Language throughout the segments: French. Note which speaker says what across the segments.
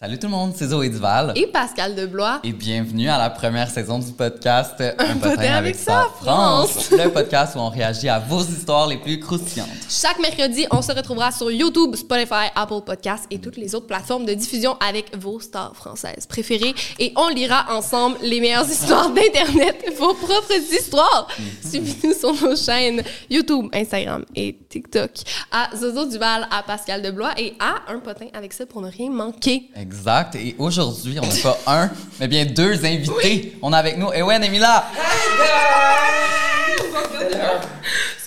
Speaker 1: Salut tout le monde, c'est Zoé Duval.
Speaker 2: et Pascal Deblois.
Speaker 1: Et bienvenue à la première saison du podcast Un,
Speaker 2: Un
Speaker 1: potin avec, ça, France.
Speaker 2: France.
Speaker 1: le podcast où on réagit à vos histoires les plus croustillantes.
Speaker 2: Chaque mercredi, on se retrouvera sur YouTube, Spotify, Apple Podcasts et toutes les autres plateformes de diffusion avec vos stars françaises préférées. Et on lira ensemble les meilleures histoires d'Internet, vos propres histoires. Suivez-nous sur nos chaînes YouTube, Instagram et TikTok. À Zozo Duval, à Pascal Deblois et à Un Potin avec ça pour ne rien manquer.
Speaker 1: Exact. Et aujourd'hui, on n'a pas un, mais bien deux invités. On a avec nous Ewen et Mila.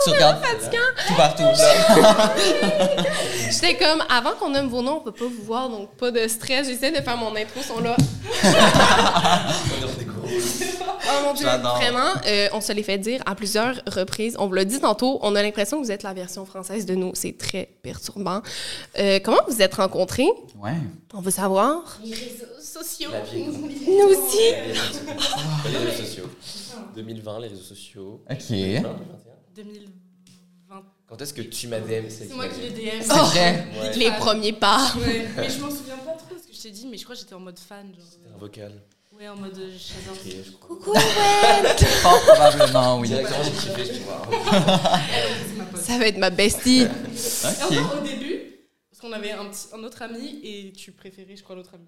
Speaker 1: Tu regardes
Speaker 2: fatigants.
Speaker 1: tout partout. là.
Speaker 2: J'étais comme, avant qu'on nomme vos noms, on peut pas vous voir, donc pas de stress. J'essaie de faire mon intro, ils sont là. Oh mon dieu,
Speaker 1: J'adore.
Speaker 2: vraiment, euh, on se les fait dire à plusieurs reprises. On vous l'a dit tantôt, on a l'impression que vous êtes la version française de nous. C'est très perturbant. Euh, comment vous vous êtes rencontrés?
Speaker 1: Ouais.
Speaker 2: On veut savoir.
Speaker 3: Les réseaux sociaux.
Speaker 2: Nous aussi.
Speaker 4: Les réseaux sociaux. 2020, les réseaux sociaux.
Speaker 1: Ok.
Speaker 4: 2021.
Speaker 3: 2020.
Speaker 4: Quand est-ce que tu m'as DM
Speaker 3: C'est moi qui l'ai DM.
Speaker 1: C'est vrai.
Speaker 4: Ouais.
Speaker 2: Les premiers pas.
Speaker 3: Ouais. Mais je m'en souviens pas trop ce que je t'ai dit, mais je crois que j'étais en mode fan. Genre.
Speaker 4: Un vocal.
Speaker 3: Ouais, en mode euh, j'adore.
Speaker 4: Ok, je crois.
Speaker 2: Coucou, ouais.
Speaker 1: Fort probablement, oui.
Speaker 4: Directement, j'ai kiffé, je te vois.
Speaker 2: Ça va être ma bestie.
Speaker 3: Et
Speaker 1: Ok.
Speaker 3: encore au début, parce qu'on avait un, petit, un autre ami et tu préférais, je crois, l'autre ami.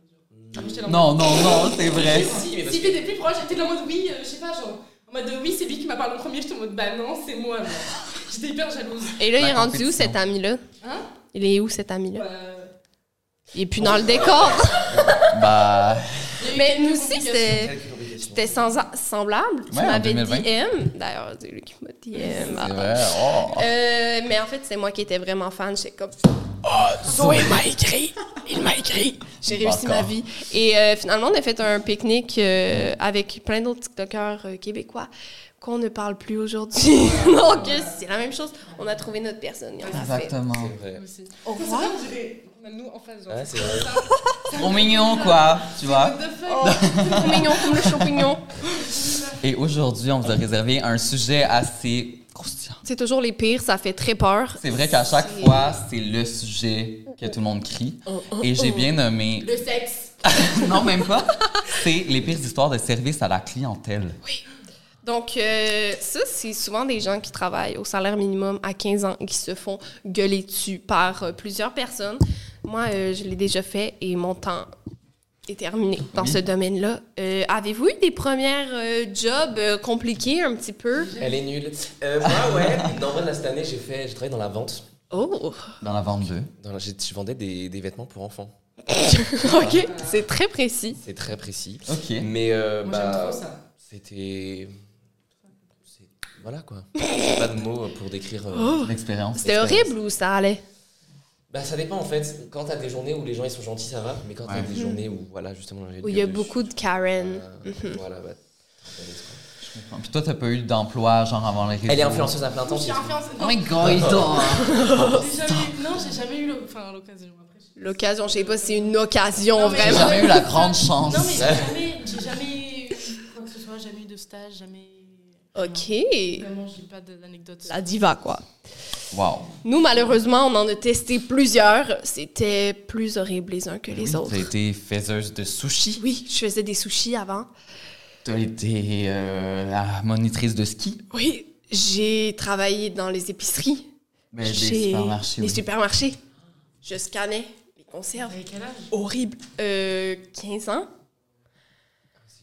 Speaker 3: Genre. J'étais là en
Speaker 1: Non, non,
Speaker 3: mode-
Speaker 1: non, c'est vrai.
Speaker 3: Hmm. Si, mais si t'étais plus proche, j'étais là en mode oui, euh, je sais pas, genre. En mode euh, oui, c'est lui qui m'a parlé en premier, j'étais en mode bah non, c'est moi. genre. J'étais hyper jalouse.
Speaker 2: Et là,
Speaker 1: La
Speaker 2: il est rendu où
Speaker 1: compétition.
Speaker 2: cet ami-là?
Speaker 3: Hein?
Speaker 2: Il est où cet ami-là?
Speaker 3: Euh,
Speaker 2: Il est plus dans le décor.
Speaker 1: Bah,
Speaker 2: Mais nous aussi, c'était.
Speaker 4: Quelques obligations.
Speaker 2: C'était sans semblable. Tu
Speaker 1: Ouais, en
Speaker 2: m'avais
Speaker 1: 2020.
Speaker 2: DM. D'ailleurs, c'est lui qui m'a Ah. DM.
Speaker 1: c'est vrai. Oh.
Speaker 2: Euh, mais en fait, c'est moi qui étais vraiment fan. J'étais comme,
Speaker 1: Zoé
Speaker 2: Oh, m'a écrit. Il m'a écrit. J'ai réussi
Speaker 1: Encore.
Speaker 2: ma vie. Et euh, finalement, on a fait un pique-nique euh, avec plein d'autres TikTokers euh, québécois qu'on ne parle plus aujourd'hui. Donc, euh, c'est la même chose. On a trouvé notre personne. Il y en a fait.
Speaker 1: Exactement.
Speaker 4: C'est vrai.
Speaker 3: aussi.
Speaker 2: Au
Speaker 3: Ça, c'est
Speaker 2: revoir.
Speaker 3: bien, on dirait. On a nous en face, genre.
Speaker 4: Ouais, c'est vrai.
Speaker 1: Trop mignon, quoi. Tu vois.
Speaker 3: What the fuck?
Speaker 2: Oh, trop mignon comme le champignon.
Speaker 1: Et aujourd'hui, on vous a réservé un sujet assez croustillant.
Speaker 2: C'est toujours les pires. Ça fait très peur.
Speaker 1: C'est vrai qu'à chaque fois, c'est le sujet que tout le monde crie. Et j'ai bien nommé.
Speaker 3: Le sexe.
Speaker 1: Non, même pas. C'est les pires histoires de service à la clientèle.
Speaker 2: Donc, euh, ça, c'est souvent des gens qui travaillent au salaire minimum à 15 ans et qui se font gueuler dessus par euh, plusieurs personnes. Moi, euh, je l'ai déjà fait et mon temps est terminé dans
Speaker 1: Oui.
Speaker 2: ce domaine-là. Euh, Avez-vous eu des premières euh, jobs euh, compliqués un petit peu?
Speaker 4: Elle est nulle. Euh, moi, ouais. Non, moi, là, cette année, j'ai fait. J'ai travaillé dans la vente.
Speaker 2: Oh!
Speaker 1: Dans la vente 2.
Speaker 4: Dans la- j'ai- Je vendais des, des vêtements pour enfants.
Speaker 2: OK, c'est très précis.
Speaker 4: C'est très précis.
Speaker 1: OK.
Speaker 4: Mais euh,
Speaker 3: Moi, j'aime
Speaker 4: bah,
Speaker 3: trop ça.
Speaker 4: c'était. c'est- Voilà quoi. Pas de mots pour décrire. euh,
Speaker 3: Oh.
Speaker 1: L'expérience.
Speaker 2: C'était horrible ou ça allait?
Speaker 4: Bah ça dépend en fait. Quand t'as des journées où les gens ils sont gentils, ça va. Mais quand t'as
Speaker 1: Ouais.
Speaker 4: des journées où euh, voilà justement.
Speaker 2: Euh. Où il y a beaucoup de Karen.
Speaker 4: Voilà. Bah,
Speaker 1: Puis toi, t'as pas eu d'emploi, genre avant les réseaux.
Speaker 4: Elle est influenceuse à plein temps.
Speaker 3: Je suis
Speaker 4: c'est-
Speaker 3: influenceuse.
Speaker 1: Oh
Speaker 3: Non,
Speaker 1: my god! oh,
Speaker 3: j'ai jamais eu- non, j'ai jamais eu le- enfin, l'occasion. Après, j'ai-
Speaker 2: L'occasion, je sais pas si c'est une occasion
Speaker 3: Non, mais-
Speaker 1: Oh, J'ai
Speaker 2: vraiment.
Speaker 1: jamais eu la grande chance.
Speaker 3: Non, mais j'ai jamais, j'ai jamais eu quoi que ce soit, jamais eu de stage, jamais.
Speaker 2: OK.
Speaker 3: Vraiment, j'ai pas de- d'anecdote.
Speaker 2: La diva, quoi.
Speaker 1: Wow.
Speaker 2: Nous, malheureusement, on en a testé plusieurs. C'était plus horrible les uns que les autres.
Speaker 1: T'as été faiseuse de sushi.
Speaker 2: Oui, je faisais des sushis avant.
Speaker 1: T'as été euh, la monitrice de ski.
Speaker 2: Oui, j'ai travaillé dans les épiceries.
Speaker 1: Mais Ben, des
Speaker 2: J'ai-
Speaker 1: supermarchés.
Speaker 2: Les
Speaker 1: oui.
Speaker 2: supermarchés. Je scannais les conserves.
Speaker 3: Avec quel âge
Speaker 2: Horrible. Euh, 15 ans.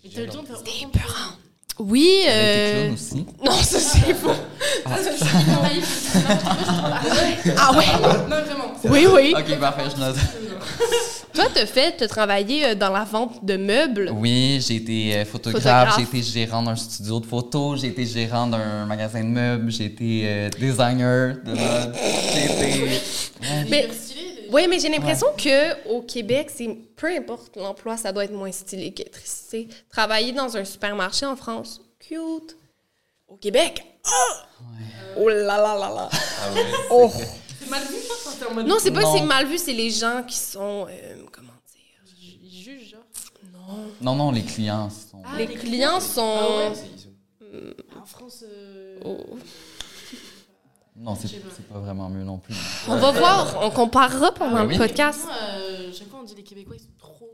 Speaker 3: Mais t'as eu le temps de faire.
Speaker 2: C'était épeurant. Oui.
Speaker 1: T'as été
Speaker 2: euh,
Speaker 1: clown aussi.
Speaker 2: Non, ça c'est faux.
Speaker 3: Ah, ça, je suis travaillée, je suis- non, je trouve-
Speaker 2: Ah ouais?
Speaker 3: Non, vraiment.
Speaker 2: Oui, oui.
Speaker 1: Ok, parfait, je note.
Speaker 2: Toi, t'as fait, t'as travaillé euh, dans la vente de meubles.
Speaker 1: Oui, j'ai été euh,
Speaker 2: Photographe.
Speaker 1: photographe, j'ai été gérant d'un studio de photos, j'ai été gérant d'un magasin de meubles, j'ai été euh, designer de mode, j'ai été...
Speaker 2: Mais,
Speaker 3: stylé,
Speaker 2: oui, Ben, mais j'ai l'impression que au Québec, c'est peu importe l'emploi, ça doit être moins stylé qu'être ici. Travailler dans un supermarché en France, cute. Au Québec, oh, oh là là là là. Oh.
Speaker 3: C'est mal vu, je pense, quand t'es en mode.
Speaker 2: Non, c'est pas
Speaker 1: Non.
Speaker 2: que c'est mal vu, c'est les gens qui sont euh, comment dire.
Speaker 3: Ils jugent, genre.
Speaker 1: Non, non, les clients sont...
Speaker 2: Ah, les clients sont.
Speaker 3: Ah ouais.
Speaker 4: Ils sont-
Speaker 3: Ah, En France. euh,
Speaker 2: Oh.
Speaker 1: Non, c'est c'est pas vraiment mieux non plus.
Speaker 2: On va voir, on comparera pendant
Speaker 1: Ah oui.
Speaker 2: le podcast.
Speaker 3: Moi, euh, chaque fois, on dit les Québécois, ils sont trop.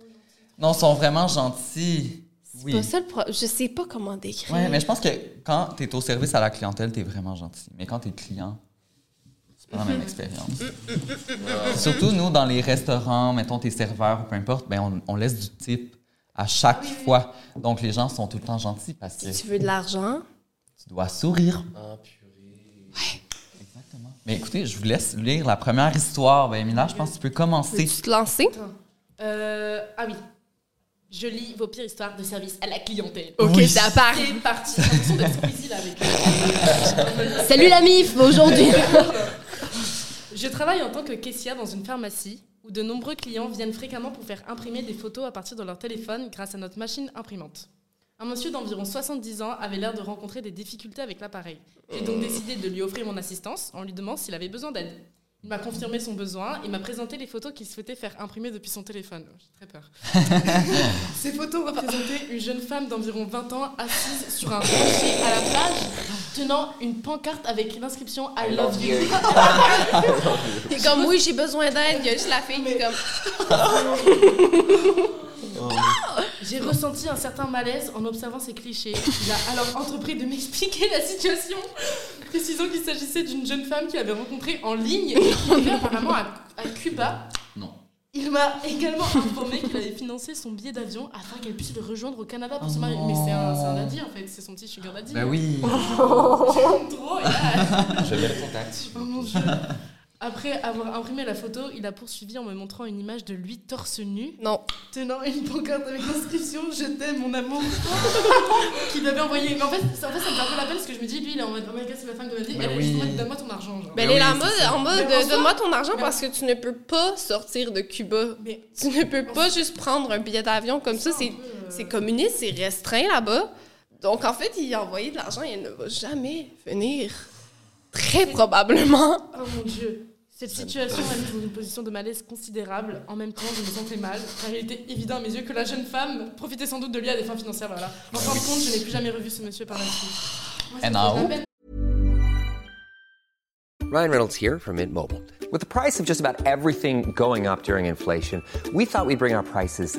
Speaker 1: Non, ils sont vraiment gentils. Oui.
Speaker 2: Pas ça le pro- Je sais pas comment décrire.
Speaker 1: Ouais, mais je pense que quand t'es au service à la clientèle, t'es vraiment gentil. Mais quand t'es client, c'est pas la même expérience. Surtout nous, dans les restaurants, mettons tes serveurs ou peu importe, ben on, on laisse du type à chaque fois. Donc les gens sont tout le temps gentils parce que
Speaker 2: Si tu veux de l'argent,
Speaker 1: tu dois sourire.
Speaker 4: Ah, purée.
Speaker 1: Exactement. Mais écoutez, je vous laisse lire la première histoire. Ben Mila, je pense que tu peux commencer.
Speaker 2: veux-tu te lancer?
Speaker 3: Euh, ah oui. Je lis vos pires histoires de service à la clientèle.
Speaker 2: Ok,
Speaker 1: Oui.
Speaker 2: ça part.
Speaker 3: C'est parti. J'ai l'impression d'être sur Easy, là, avec
Speaker 2: Salut la MIF aujourd'hui.
Speaker 3: Je travaille en tant que caissière dans une pharmacie où de nombreux clients viennent fréquemment pour faire imprimer des photos à partir de leur téléphone grâce à notre machine imprimante. Un monsieur d'environ 70 ans avait l'air de rencontrer des difficultés avec l'appareil. J'ai donc décidé de lui offrir mon assistance en lui demandant s'il avait besoin d'aide. Il m'a confirmé son besoin et m'a présenté les photos qu'il souhaitait faire imprimer depuis son téléphone. Oh, J'ai très peur. Ces photos représentaient une jeune femme d'environ 20 ans assise sur un rocher à la plage, tenant une pancarte avec l'inscription I love you.
Speaker 2: T'es comme, oui, j'ai besoin d'aide. Il y a juste la fille qui est comme,
Speaker 3: J'ai ressenti un certain malaise en observant ces clichés. Il a alors entrepris de m'expliquer la situation, précisant qu'il s'agissait d'une jeune femme qu'il avait rencontrée en ligne et qui vivait apparemment à, à Cuba.
Speaker 1: Non.
Speaker 3: Il m'a également informé qu'il avait financé son billet d'avion afin qu'elle puisse le rejoindre au Canada pour se marier. Mais c'est un, c'est un daddy en fait, c'est son petit sugar daddy.
Speaker 1: Ben Oh oui.
Speaker 3: Trop, et là,
Speaker 4: Je mets le contact.
Speaker 3: hein. Oh mon dieu. Après avoir imprimé la photo, il a poursuivi en me montrant une image de lui torse nu
Speaker 2: non.
Speaker 3: tenant une pancarte avec l'inscription Je t'aime, mon amour, qu'il m'avait envoyé. Mais en fait, ça, en fait, ça me fait un peu la peine parce que je me dis, lui, il est en mode Oh my god, c'est ma femme de ma vie.
Speaker 1: Mais
Speaker 3: Elle est
Speaker 1: Bah oui.
Speaker 3: juste en mode, Donne-moi ton argent. genre.
Speaker 2: Ben,
Speaker 1: oui,
Speaker 2: elle est là en
Speaker 1: c'est
Speaker 2: mode, en mode, euh,
Speaker 3: Mais en soi-
Speaker 2: donne-moi ton argent
Speaker 3: Mais-
Speaker 2: parce que tu ne peux pas sortir de Cuba.
Speaker 3: Mais
Speaker 2: Tu ne peux pas juste prendre un billet d'avion comme ça. C'est,
Speaker 3: euh,
Speaker 2: c'est communiste, c'est restreint là-bas. Donc, en fait, il a envoyé de l'argent et elle ne va jamais venir. Très probablement.
Speaker 3: Oh mon dieu. Cette situation m'a mise dans une position de malaise considérable. En même temps, je me sentais mal, car il était évident à mes yeux que la jeune femme profitait sans doute de lui à des fins financières. Voilà. En fin de compte, je n'ai plus jamais revu ce monsieur par la suite. Moi, ça
Speaker 1: And now?
Speaker 3: me fait de la peine.
Speaker 5: Ryan Reynolds here from Mint Mobile. With the price of just about everything going up during inflation, we thought we'd bring our prices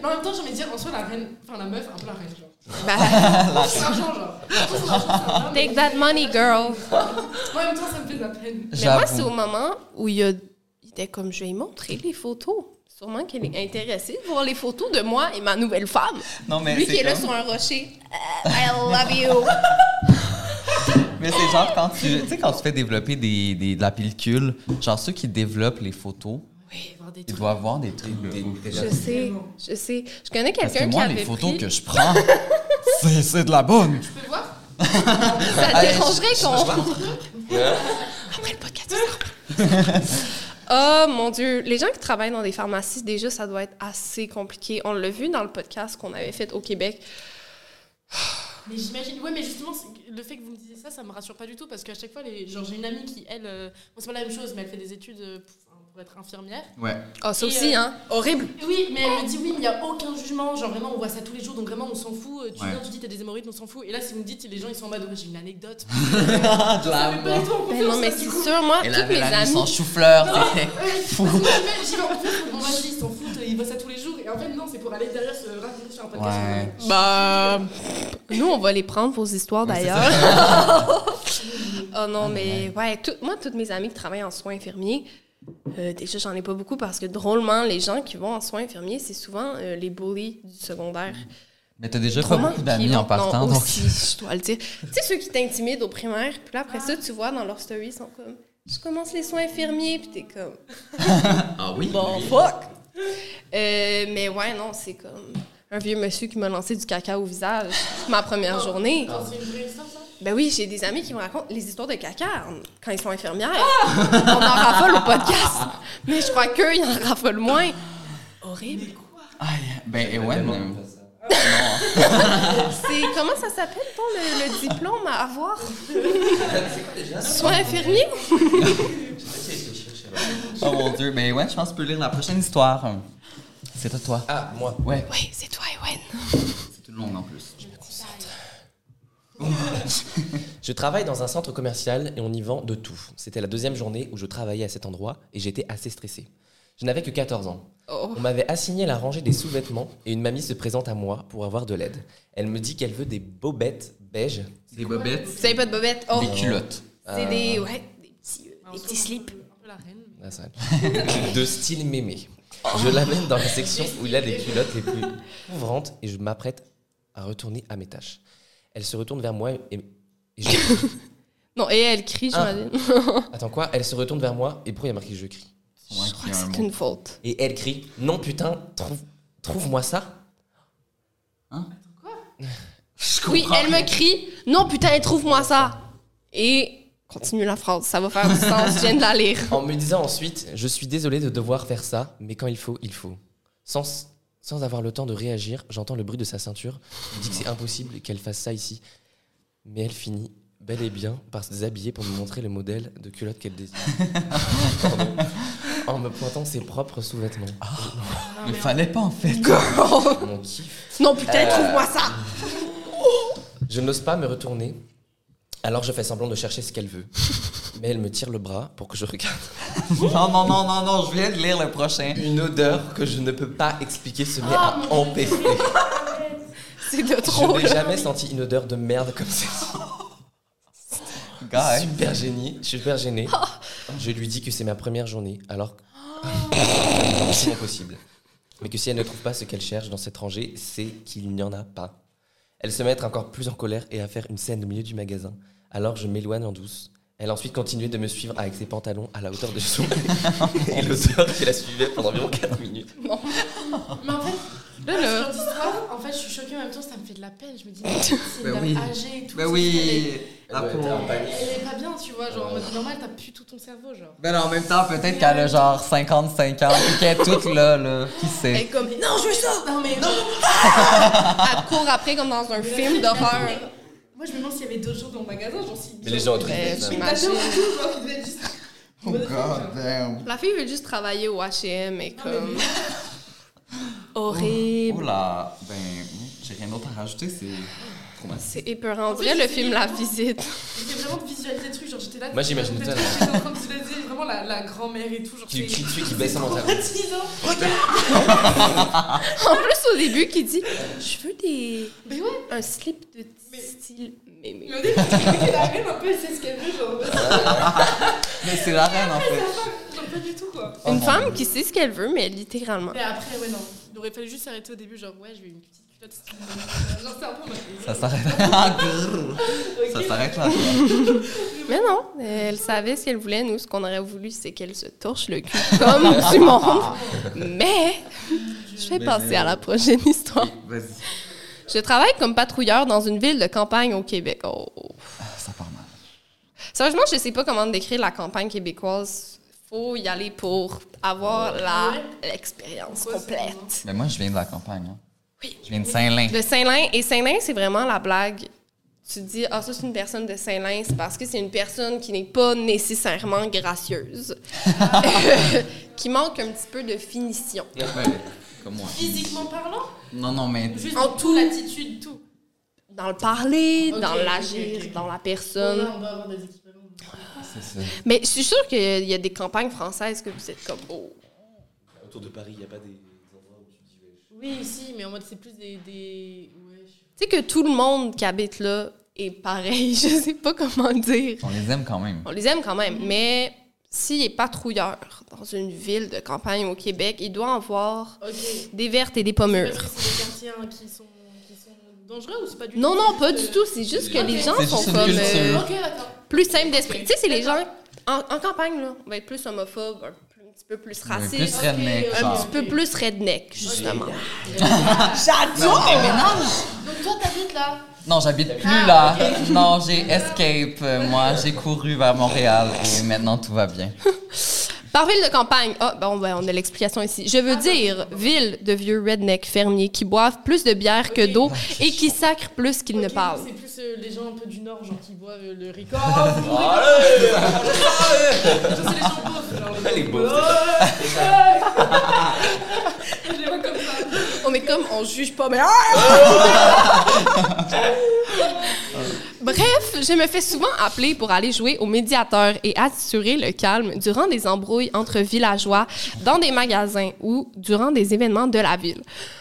Speaker 3: Mais en même temps, j'ai envie de dire, en soi, la reine, enfin la meuf, un peu la reine, genre.
Speaker 2: Bah.
Speaker 3: C'est l'argent, genre. C'est l'argent, c'est l'argent.
Speaker 2: Take that money, girl.
Speaker 3: Moi, en même temps, ça me fait de la peine.
Speaker 2: Mais moi, c'est au moment où il, y a- il était comme, je vais lui montrer les photos. Sûrement qu'elle est intéressée de voir les photos de moi et ma nouvelle femme.
Speaker 1: Non, mais
Speaker 2: Lui
Speaker 1: c'est
Speaker 2: qui est là
Speaker 1: comme-
Speaker 2: sur un rocher. Euh, I love you.
Speaker 1: Mais c'est genre quand tu, tu sais, quand tu fais développer des, des- de la pellicule, genre ceux qui développent les photos, ils doivent avoir des trucs. Des, des-
Speaker 2: Je sais, je sais. Je connais
Speaker 1: Parce que
Speaker 2: quelqu'un qui
Speaker 1: moi,
Speaker 2: avait
Speaker 1: les photos
Speaker 2: pris-
Speaker 1: que je prends, c'est c'est de la bonne.
Speaker 3: Tu peux voir
Speaker 2: Ça te
Speaker 1: Ah,
Speaker 2: dérangerait qu'on...
Speaker 1: Hein?
Speaker 3: Après
Speaker 2: le podcast, Oh mon Dieu, les gens qui travaillent dans des pharmacies, déjà, ça doit être assez compliqué. On l'a vu dans le podcast qu'on avait fait au Québec.
Speaker 3: Mais j'imagine, ouais, mais justement, c'est- le fait que vous me disiez ça, ça me rassure pas du tout parce qu'à chaque fois, les... genre, j'ai une amie qui, elle, euh, bon, c'est pas la même chose, mais elle fait des études euh, pour, pour être infirmière.
Speaker 1: Ouais.
Speaker 2: Ah, ça
Speaker 3: Et, euh,
Speaker 2: aussi, hein, horrible.
Speaker 3: Oui, mais elle me dit, oui, mais il n'y a aucun jugement, genre vraiment, on voit ça tous les jours, donc vraiment, on s'en fout. Euh, Tu
Speaker 1: Ouais.
Speaker 3: viens, tu dis, t'as des hémorroïdes, on s'en fout. Et là, si vous me dites, les gens, ils sont en mode, ouais, j'ai une anecdote.
Speaker 1: Bah De la
Speaker 3: Mais pas du tout en
Speaker 2: Ben
Speaker 3: confiance,
Speaker 2: non, mais
Speaker 3: ça,
Speaker 2: c'est
Speaker 3: du coup.
Speaker 2: sûr, moi,
Speaker 1: Elle
Speaker 2: toutes
Speaker 1: avait
Speaker 2: mes
Speaker 1: la nuit
Speaker 2: amies...
Speaker 1: sans chou-fleur,
Speaker 3: Non,
Speaker 1: c'était
Speaker 3: ouais,
Speaker 1: fou.
Speaker 3: parce que j'imagine, j'y vais en confiance, bon, vas-y, ils s'en foutent, ils voient ça tous les jours. Et en fait, non, c'est pour aller derrière se raconter sur un podcast.
Speaker 1: Ouais.
Speaker 2: Bah, nous, on va les prendre, vos histoires d'ailleurs. oh non, mais ouais, tout- moi, toutes mes amies qui travaillent en soins infirmiers, euh, déjà, j'en ai pas beaucoup parce que drôlement, les gens qui vont en soins infirmiers, c'est souvent euh, les bullies du secondaire.
Speaker 1: Mais t'as déjà pas
Speaker 2: Drôlement,
Speaker 1: beaucoup
Speaker 2: qui
Speaker 1: d'amis
Speaker 2: vont-
Speaker 1: en partant,
Speaker 2: non,
Speaker 1: donc.
Speaker 2: aussi, je dois le dire. Tu sais, ceux qui t'intimident au primaire, puis là, après ça, tu vois dans leur story, ils sont comme Je commence les soins infirmiers, puis t'es comme
Speaker 1: Ah oui?
Speaker 2: Bon, fuck! Euh, mais ouais, non, c'est comme un vieux monsieur qui m'a lancé du caca au visage ma première journée.
Speaker 3: Oh, C'est une vraie histoire, ça
Speaker 2: Ben oui, j'ai des amis qui me racontent les histoires de caca en- quand ils sont infirmières. On en raffole au podcast, mais je crois qu'eux, ils en raffolent moins. Horrible.
Speaker 1: Aïe, ben, et ouais, mais-
Speaker 2: C'est comment ça s'appelle ton le, le diplôme à avoir Soins infirmiers
Speaker 1: Oh mon dieu, mais ouais, je pense que tu peux lire la prochaine histoire. C'est à toi.
Speaker 4: Ah, moi.
Speaker 1: Ouais.
Speaker 2: Oui, c'est toi, Ewen.
Speaker 1: C'est tout le monde en plus.
Speaker 4: Je travaille dans un centre commercial et on y vend de tout. C'était la deuxième journée où je travaillais à cet endroit et j'étais assez stressé. Je n'avais que 14 ans.
Speaker 2: Oh.
Speaker 4: On m'avait assigné la rangée des sous-vêtements et une mamie se présente à moi pour avoir de l'aide. Elle me dit qu'elle veut des bobettes beiges.
Speaker 1: Des bobettes,
Speaker 2: Vous avez pas de bobette Oh,
Speaker 1: des culottes. Euh.
Speaker 2: c'est des ouais, des petits, des petits slips.
Speaker 4: Ah, ça va. de style mémé. Je l'amène dans la section où il a des culottes les plus couvrantes et je m'apprête à retourner à mes tâches. Elle se retourne vers moi et, et je...
Speaker 2: Non, et elle crie,
Speaker 4: Ah.
Speaker 2: j'imagine.
Speaker 4: Attends quoi Elle se retourne vers moi et pourquoi il y a marqué je crie
Speaker 2: Je crois que c'est une faute.
Speaker 4: Et elle crie Non, putain, trouve- trouve-moi ça.
Speaker 2: Oui, elle me crie "Non putain, et trouve-moi ça." Et continue la phrase, ça va faire du sens, je viens de la lire.
Speaker 4: En me disant ensuite Je suis désolé de devoir faire ça, mais quand il faut, il faut. Sans, sans avoir le temps de réagir, j'entends le bruit de sa ceinture. Je me dis que c'est impossible qu'elle fasse ça ici. Mais elle finit bel et bien par se déshabiller pour me montrer le modèle de culotte qu'elle désire. Pardon. en me pointant ses propres sous-vêtements.
Speaker 1: Il fallait pas en fait.
Speaker 4: Ah, Mon kiff.
Speaker 2: "Non putain,
Speaker 1: Euh.
Speaker 2: trouve-moi ça."
Speaker 4: Je n'ose pas me retourner, alors je fais semblant de chercher ce qu'elle veut. Mais elle me tire le bras pour que je regarde.
Speaker 1: Non, non, non, non, non, je viens de lire le prochain.
Speaker 4: Une odeur que je ne peux pas expliquer se met à empêcher.
Speaker 2: C'est de trop.
Speaker 4: Je n'ai
Speaker 2: là.
Speaker 4: jamais senti une odeur de merde comme celle-ci.
Speaker 1: Guys.
Speaker 4: Super génie, super gêné. Je lui dis que c'est ma première journée, alors que c'est impossible. Mais que si elle ne trouve pas ce qu'elle cherche dans cette rangée, c'est qu'il n'y en a pas. Elle se met à être encore plus en colère et à faire une scène au milieu du magasin. Alors je m'éloigne en douce. Elle a ensuite continué de me suivre avec ses pantalons à la hauteur de son et l'odeur qui la suivait pendant environ 4 minutes.
Speaker 3: Mais en fait, là, là. genre d'histoire, en fait, je suis choquée, mais en même temps, ça me fait de la peine. Je me dis, mais c'est une
Speaker 1: Ben
Speaker 3: dame
Speaker 1: oui.
Speaker 3: âgée et tout.
Speaker 1: Ben
Speaker 3: ça,
Speaker 1: oui. La
Speaker 4: Elle doit être en
Speaker 1: pauvre.
Speaker 3: Elle
Speaker 4: panique.
Speaker 3: elle est pas bien, tu vois, genre, en mode normal, t'as plus tout ton cerveau, genre.
Speaker 1: Ben en même temps, peut-être qu'elle a genre 55 ans, puis qu'elle est toute là, là. Qui
Speaker 2: Elle
Speaker 1: sait?
Speaker 2: est comme "Non, je veux ça."
Speaker 3: Non, mais
Speaker 2: Elle court après comme dans un film d'horreur.
Speaker 3: Moi, je me demande s'il y avait d'autres gens dans le magasin, genre si.
Speaker 4: Mais les gens autour,
Speaker 2: Ben,
Speaker 4: ils-
Speaker 3: T'as
Speaker 2: j'imagine.
Speaker 3: deux genre, qui devaient juste.
Speaker 1: Oh god damn.
Speaker 2: La fille veut juste travailler au H&M et comme horrible.
Speaker 1: Oh là, ben, j'ai rien d'autre à rajouter, c'est.
Speaker 2: C'est épeurant. On
Speaker 3: Oui,
Speaker 2: dirait le
Speaker 3: c'est
Speaker 2: film La
Speaker 3: épeurant.
Speaker 2: Visite.
Speaker 3: J'étais vraiment de visualiser des trucs, genre j'étais là.
Speaker 4: Moi, j'imagine tout à l'heure.
Speaker 3: J'étais en train de visualiser vraiment la, la grand-mère et tout. Genre,
Speaker 4: Qui
Speaker 3: c'est-
Speaker 4: crie dessus, qui baisse son mental.
Speaker 3: C'est traumatisant.
Speaker 2: En plus, au début, qui dit Je veux des. Un slip de style mémé.
Speaker 3: Mais au début, j'étais la reine un peu, c'est ce qu'elle veut, genre.
Speaker 1: Mais c'est la reine, en fait.
Speaker 3: Genre, pas du tout, quoi.
Speaker 2: Une femme qui sait ce qu'elle veut, mais littéralement.
Speaker 3: Mais après, ouais, non. Il aurait fallu juste s'arrêter au début, genre, ouais, je vais une petite culotte. style mémé. Genre, c'est un peu. ma-
Speaker 1: Ça s'arrête là. Grrr. Ça s'arrête là. quoi.
Speaker 2: Mais non, elle savait ce qu'elle voulait. Nous, ce qu'on aurait voulu, c'est qu'elle se torche le cul comme du monde. Mais je vais
Speaker 1: Mais
Speaker 2: passer
Speaker 1: non.
Speaker 2: à la prochaine histoire.
Speaker 1: Vas-y.
Speaker 2: Je travaille comme patrouilleur dans une ville de campagne au Québec. Oh.
Speaker 1: Ça part mal.
Speaker 2: Sérieusement, je sais pas comment décrire la campagne québécoise. Faut y aller pour avoir la l'expérience complète.
Speaker 1: Mais Ben, moi, je viens de la campagne. Hein. Je viens de Saint-Lin.
Speaker 2: De Saint-Lin et Saint-Lin, c'est vraiment la blague. Tu te dis ah ça c'est une personne de Saint-Lin, c'est parce que c'est une personne qui n'est pas nécessairement gracieuse, qui manque un petit peu de finition.
Speaker 1: Ouais, comme moi.
Speaker 3: Physiquement parlant,
Speaker 1: Non, non, mais.
Speaker 3: juste
Speaker 2: En
Speaker 3: en
Speaker 2: tout.
Speaker 3: tout, l'attitude, tout.
Speaker 2: Dans le parler,
Speaker 3: Ok,
Speaker 2: dans
Speaker 3: ok,
Speaker 2: l'agir,
Speaker 3: ok.
Speaker 2: dans la
Speaker 3: Ouais,
Speaker 2: personne.
Speaker 3: on doit avoir des équivalents.
Speaker 1: C'est ça.
Speaker 2: Mais je suis sûre qu'il y a des campagnes françaises que vous êtes comme oh.
Speaker 4: Autour de Paris, il n'y a pas des endroits où tu dis.
Speaker 3: Oui, si, mais en mode, c'est plus des. des... Ouais, je-
Speaker 2: Tu sais que tout le monde qui habite là est pareil. Je sais pas comment dire.
Speaker 1: On les aime quand même.
Speaker 2: On les aime quand même, mais s'il est patrouilleur dans une ville de campagne au Québec, il doit en voir
Speaker 3: Ok.
Speaker 2: des vertes et des pommures.
Speaker 3: Parce que c'est des quartiers hein, qui sont, qui sont dangereux ou c'est pas du
Speaker 2: Non,
Speaker 3: tout
Speaker 2: non, pas
Speaker 3: juste,
Speaker 2: du
Speaker 3: euh,
Speaker 2: tout. C'est juste que
Speaker 3: Ok.
Speaker 2: les gens
Speaker 1: C'est
Speaker 2: sont
Speaker 1: juste une
Speaker 2: comme euh,
Speaker 1: culture.
Speaker 3: Ok, d'accord.
Speaker 2: plus simples d'esprit. Tu sais, c'est les gens en, en campagne, là. On va être plus homophobe, un, peu- un petit peu plus
Speaker 1: On est
Speaker 2: raciste.
Speaker 1: plus redneck,
Speaker 2: un
Speaker 1: genre.
Speaker 2: petit peu plus redneck, justement.
Speaker 3: Donc toi, t'habites là
Speaker 1: Non, j'habite plus là. Non, j'ai escape. euh, Moi, j'ai couru vers Montréal et maintenant tout va bien.
Speaker 2: Par ville de campagne. Ah, bon, ben, on a l'explication ici. Je veux dire, ville de vieux redneck fermiers qui boivent plus de bière que d'eau et qui sacrent plus qu'ils ne
Speaker 3: Ok,
Speaker 2: parlent.
Speaker 3: C'est plus euh, les gens un peu du Nord, genre qui boivent euh, le Ricard. Je sais, les gens beaufs. genre, les
Speaker 4: Les
Speaker 3: gens
Speaker 4: beaufs,
Speaker 3: beaufs. Je les vois comme ça.
Speaker 2: Oh, mais comme on juge pas, mais. Bref, je me fais souvent appeler pour aller jouer au médiateur et assurer le calme durant des embrouilles entre villageois dans des magasins ou durant des événements de la ville.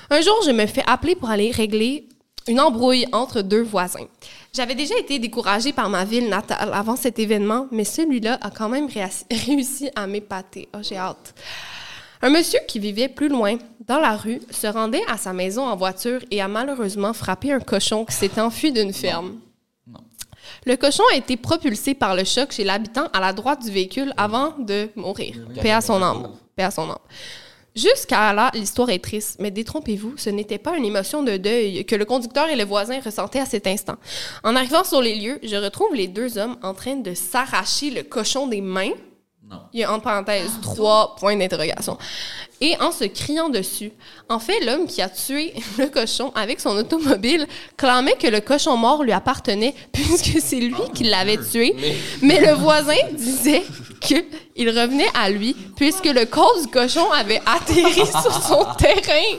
Speaker 2: Un jour, je me fais appeler pour aller régler une embrouille entre deux voisins. J'avais déjà été découragée par ma ville natale avant cet événement, mais celui-là a quand même réa- réussi à m'épater. Oh, j'ai hâte. Un monsieur qui vivait plus loin, dans la rue, se rendait à sa maison en voiture et a malheureusement frappé un cochon qui s'est enfui d'une ferme. Le cochon a été propulsé par le choc chez l'habitant à la droite du véhicule avant de mourir. Paix à son âme. Paix à son âme. Jusqu'à là, l'histoire est triste, mais détrompez-vous, ce n'était pas une émotion de deuil que le conducteur et le voisin ressentaient à cet instant. En arrivant sur les lieux, je retrouve les deux hommes en train de s'arracher le cochon des mains il y a en parenthèse trois points d'interrogation. Et en se criant dessus. En fait, l'homme qui a tué le cochon avec son automobile clamait que le cochon mort lui appartenait puisque c'est lui qui l'avait tué. Mais le voisin disait qu'il revenait à lui puisque le corps du cochon avait atterri sur son terrain.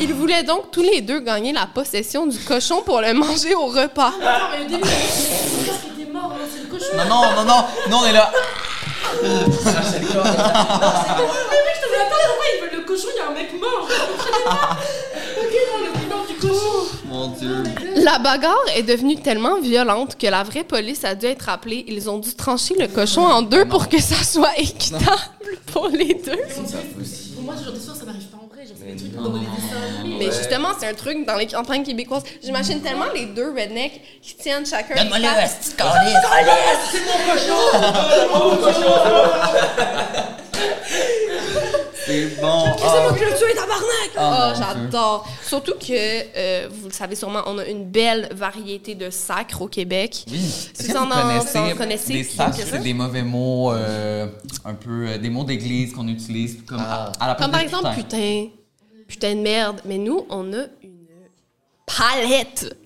Speaker 2: Ils voulaient donc tous les deux gagner la possession du cochon pour le manger au repas.
Speaker 3: Attends, mais au début, c'est sûr qu'il était mort, non, c'est le cochon.
Speaker 1: Non, non, non, non, non, on est là.
Speaker 3: Mais oui, je te dis, attends, pourquoi il veut le cochon Il y a un mec mort, je comprenais pas. Ok, non, le bilan du cochon.
Speaker 1: Mon Dieu.
Speaker 2: La bagarre est devenue tellement violente que la vraie police a dû être appelée. Ils ont dû trancher le cochon en deux pour que ça soit équitable pour les deux.
Speaker 3: Pour moi, ce genre d'histoire, ça m'arrive pas en vrai. Genre, c'est des trucs dans les dessins animés.
Speaker 2: Mais justement, c'est un truc dans les campagnes québécoises. J'imagine tellement les deux rednecks qui tiennent chacun. une
Speaker 1: Donne-moi le
Speaker 2: patte.
Speaker 1: petit calice. C'est bon.
Speaker 2: C'est moi
Speaker 1: Ah.
Speaker 2: qui l'ai tué, tabarnak! Ah,
Speaker 1: Oh, mon Dieu.
Speaker 2: j'adore! Surtout que, euh, vous le savez sûrement, on a une belle variété de sacres au Québec.
Speaker 1: Oui. Est-ce
Speaker 2: Si
Speaker 1: que
Speaker 2: vous en,
Speaker 1: vous connaissez,
Speaker 2: en connaissez
Speaker 1: des sacs, c'est
Speaker 2: quelques-uns?
Speaker 1: des mauvais mots, euh, un peu euh, des mots d'église qu'on utilise comme à, à la place
Speaker 2: Ah. Comme par
Speaker 1: de
Speaker 2: exemple, putain, putain de merde. Mais nous, on a une palette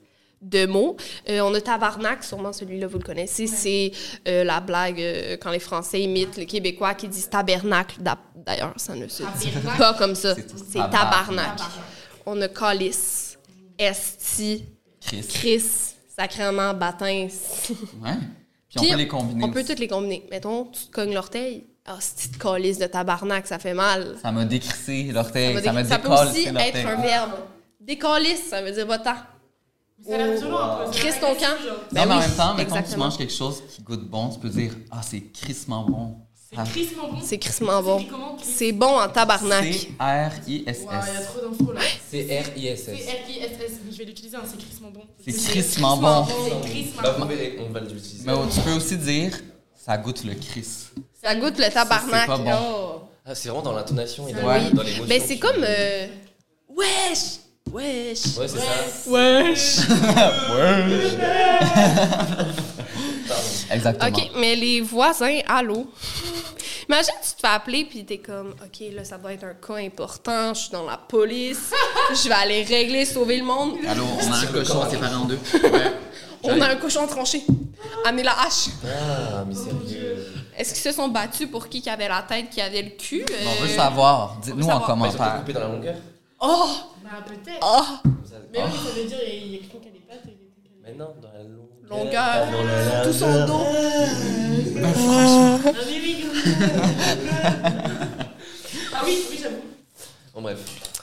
Speaker 2: de mots. Euh, on a tabarnak, sûrement celui-là, vous le connaissez. C'est euh, la blague euh, quand les Français imitent les Québécois qui disent tabernacle. D'a- D'ailleurs, ça ne se dit pas comme ça.
Speaker 1: C'est
Speaker 2: C'est
Speaker 1: tabarnak.
Speaker 2: tabarnak. On a calice, esti,
Speaker 1: Chris.
Speaker 2: Chris, sacrément, batin.
Speaker 1: Ouais. Puis on peut les combiner
Speaker 2: On peut
Speaker 1: aussi.
Speaker 2: toutes les combiner. Mettons, tu te cognes l'orteil. Ah, c'est une petite colisse de tabarnak, ça fait mal.
Speaker 1: Ça m'a décrissé l'orteil.
Speaker 2: Ça,
Speaker 1: Ça
Speaker 2: veut
Speaker 1: m'a
Speaker 2: dire- ça peut
Speaker 1: décolle,
Speaker 2: aussi
Speaker 1: c'est l'orteil.
Speaker 2: être un verbe. Décalisse, ça veut dire va-t'en.
Speaker 3: Ça a l'air violent, un peu.
Speaker 2: Crisse ton camp. Ben
Speaker 1: Mais Ben en
Speaker 2: Ah oui,
Speaker 1: même temps, mettons que tu
Speaker 2: exactement.
Speaker 1: manges quelque chose qui goûte bon, tu peux dire Ah, c'est crissement bon. C'est
Speaker 3: crissement bon.
Speaker 2: C'est crissement bon. C'est bon en tabarnak.
Speaker 3: Waouh, il y a
Speaker 1: C-R-I-S-S.
Speaker 3: trop d'infos là.
Speaker 4: C'est R-I-S-S.
Speaker 3: C'est R-I-S-S, mais je vais l'utiliser, hein, c'est crissement bon.
Speaker 1: C'est crissement bon.
Speaker 3: C'est crissement
Speaker 4: Là, vous
Speaker 3: bon.
Speaker 4: verrez, on va l'utiliser.
Speaker 1: Mais oh, tu peux aussi dire Ça goûte le criss.
Speaker 2: Ça goûte le tabarnak.
Speaker 1: pas bon.
Speaker 2: là.
Speaker 4: Ah, c'est vraiment dans l'intonation et dans,
Speaker 1: Ouais.
Speaker 4: dans l'émotion.
Speaker 2: Ben, c'est comme. euh, Wesh! Wesh!
Speaker 4: Ouais, c'est ça.
Speaker 2: Wesh!
Speaker 1: Exactement.
Speaker 2: OK, mais les voisins, allô? Imagine, tu te fais appeler, puis t'es comme, OK, là, ça doit être un cas important, je suis dans la police, je vais aller régler, sauver le monde.
Speaker 1: Allô, on a un cochon séparé en deux.
Speaker 2: On a un cochon tranché. Amenez la hache.
Speaker 4: Ah, mais sérieux.
Speaker 2: Est-ce qu'ils se sont battus pour qui qui avait la tête, qui avait le cul?
Speaker 1: On veut
Speaker 2: Euh,
Speaker 1: savoir. Dites-nous en
Speaker 2: savoir.
Speaker 4: Mais ils sont peut-être
Speaker 1: commentaire.
Speaker 4: coupés dans la longueur.
Speaker 2: Oh!
Speaker 3: Bah, peut-être.
Speaker 2: Oh!
Speaker 3: Mais oui, ça veut dire il y a quelqu'un qui a des pattes. et quelqu'un qui a-
Speaker 4: Mais non, dans la longueur.
Speaker 2: Longueur.
Speaker 1: Euh,
Speaker 4: Dans la
Speaker 2: Tout son dos.
Speaker 3: Ah oui, oui, oui. Ah oui, oui, j'avoue.
Speaker 4: Bon, bref.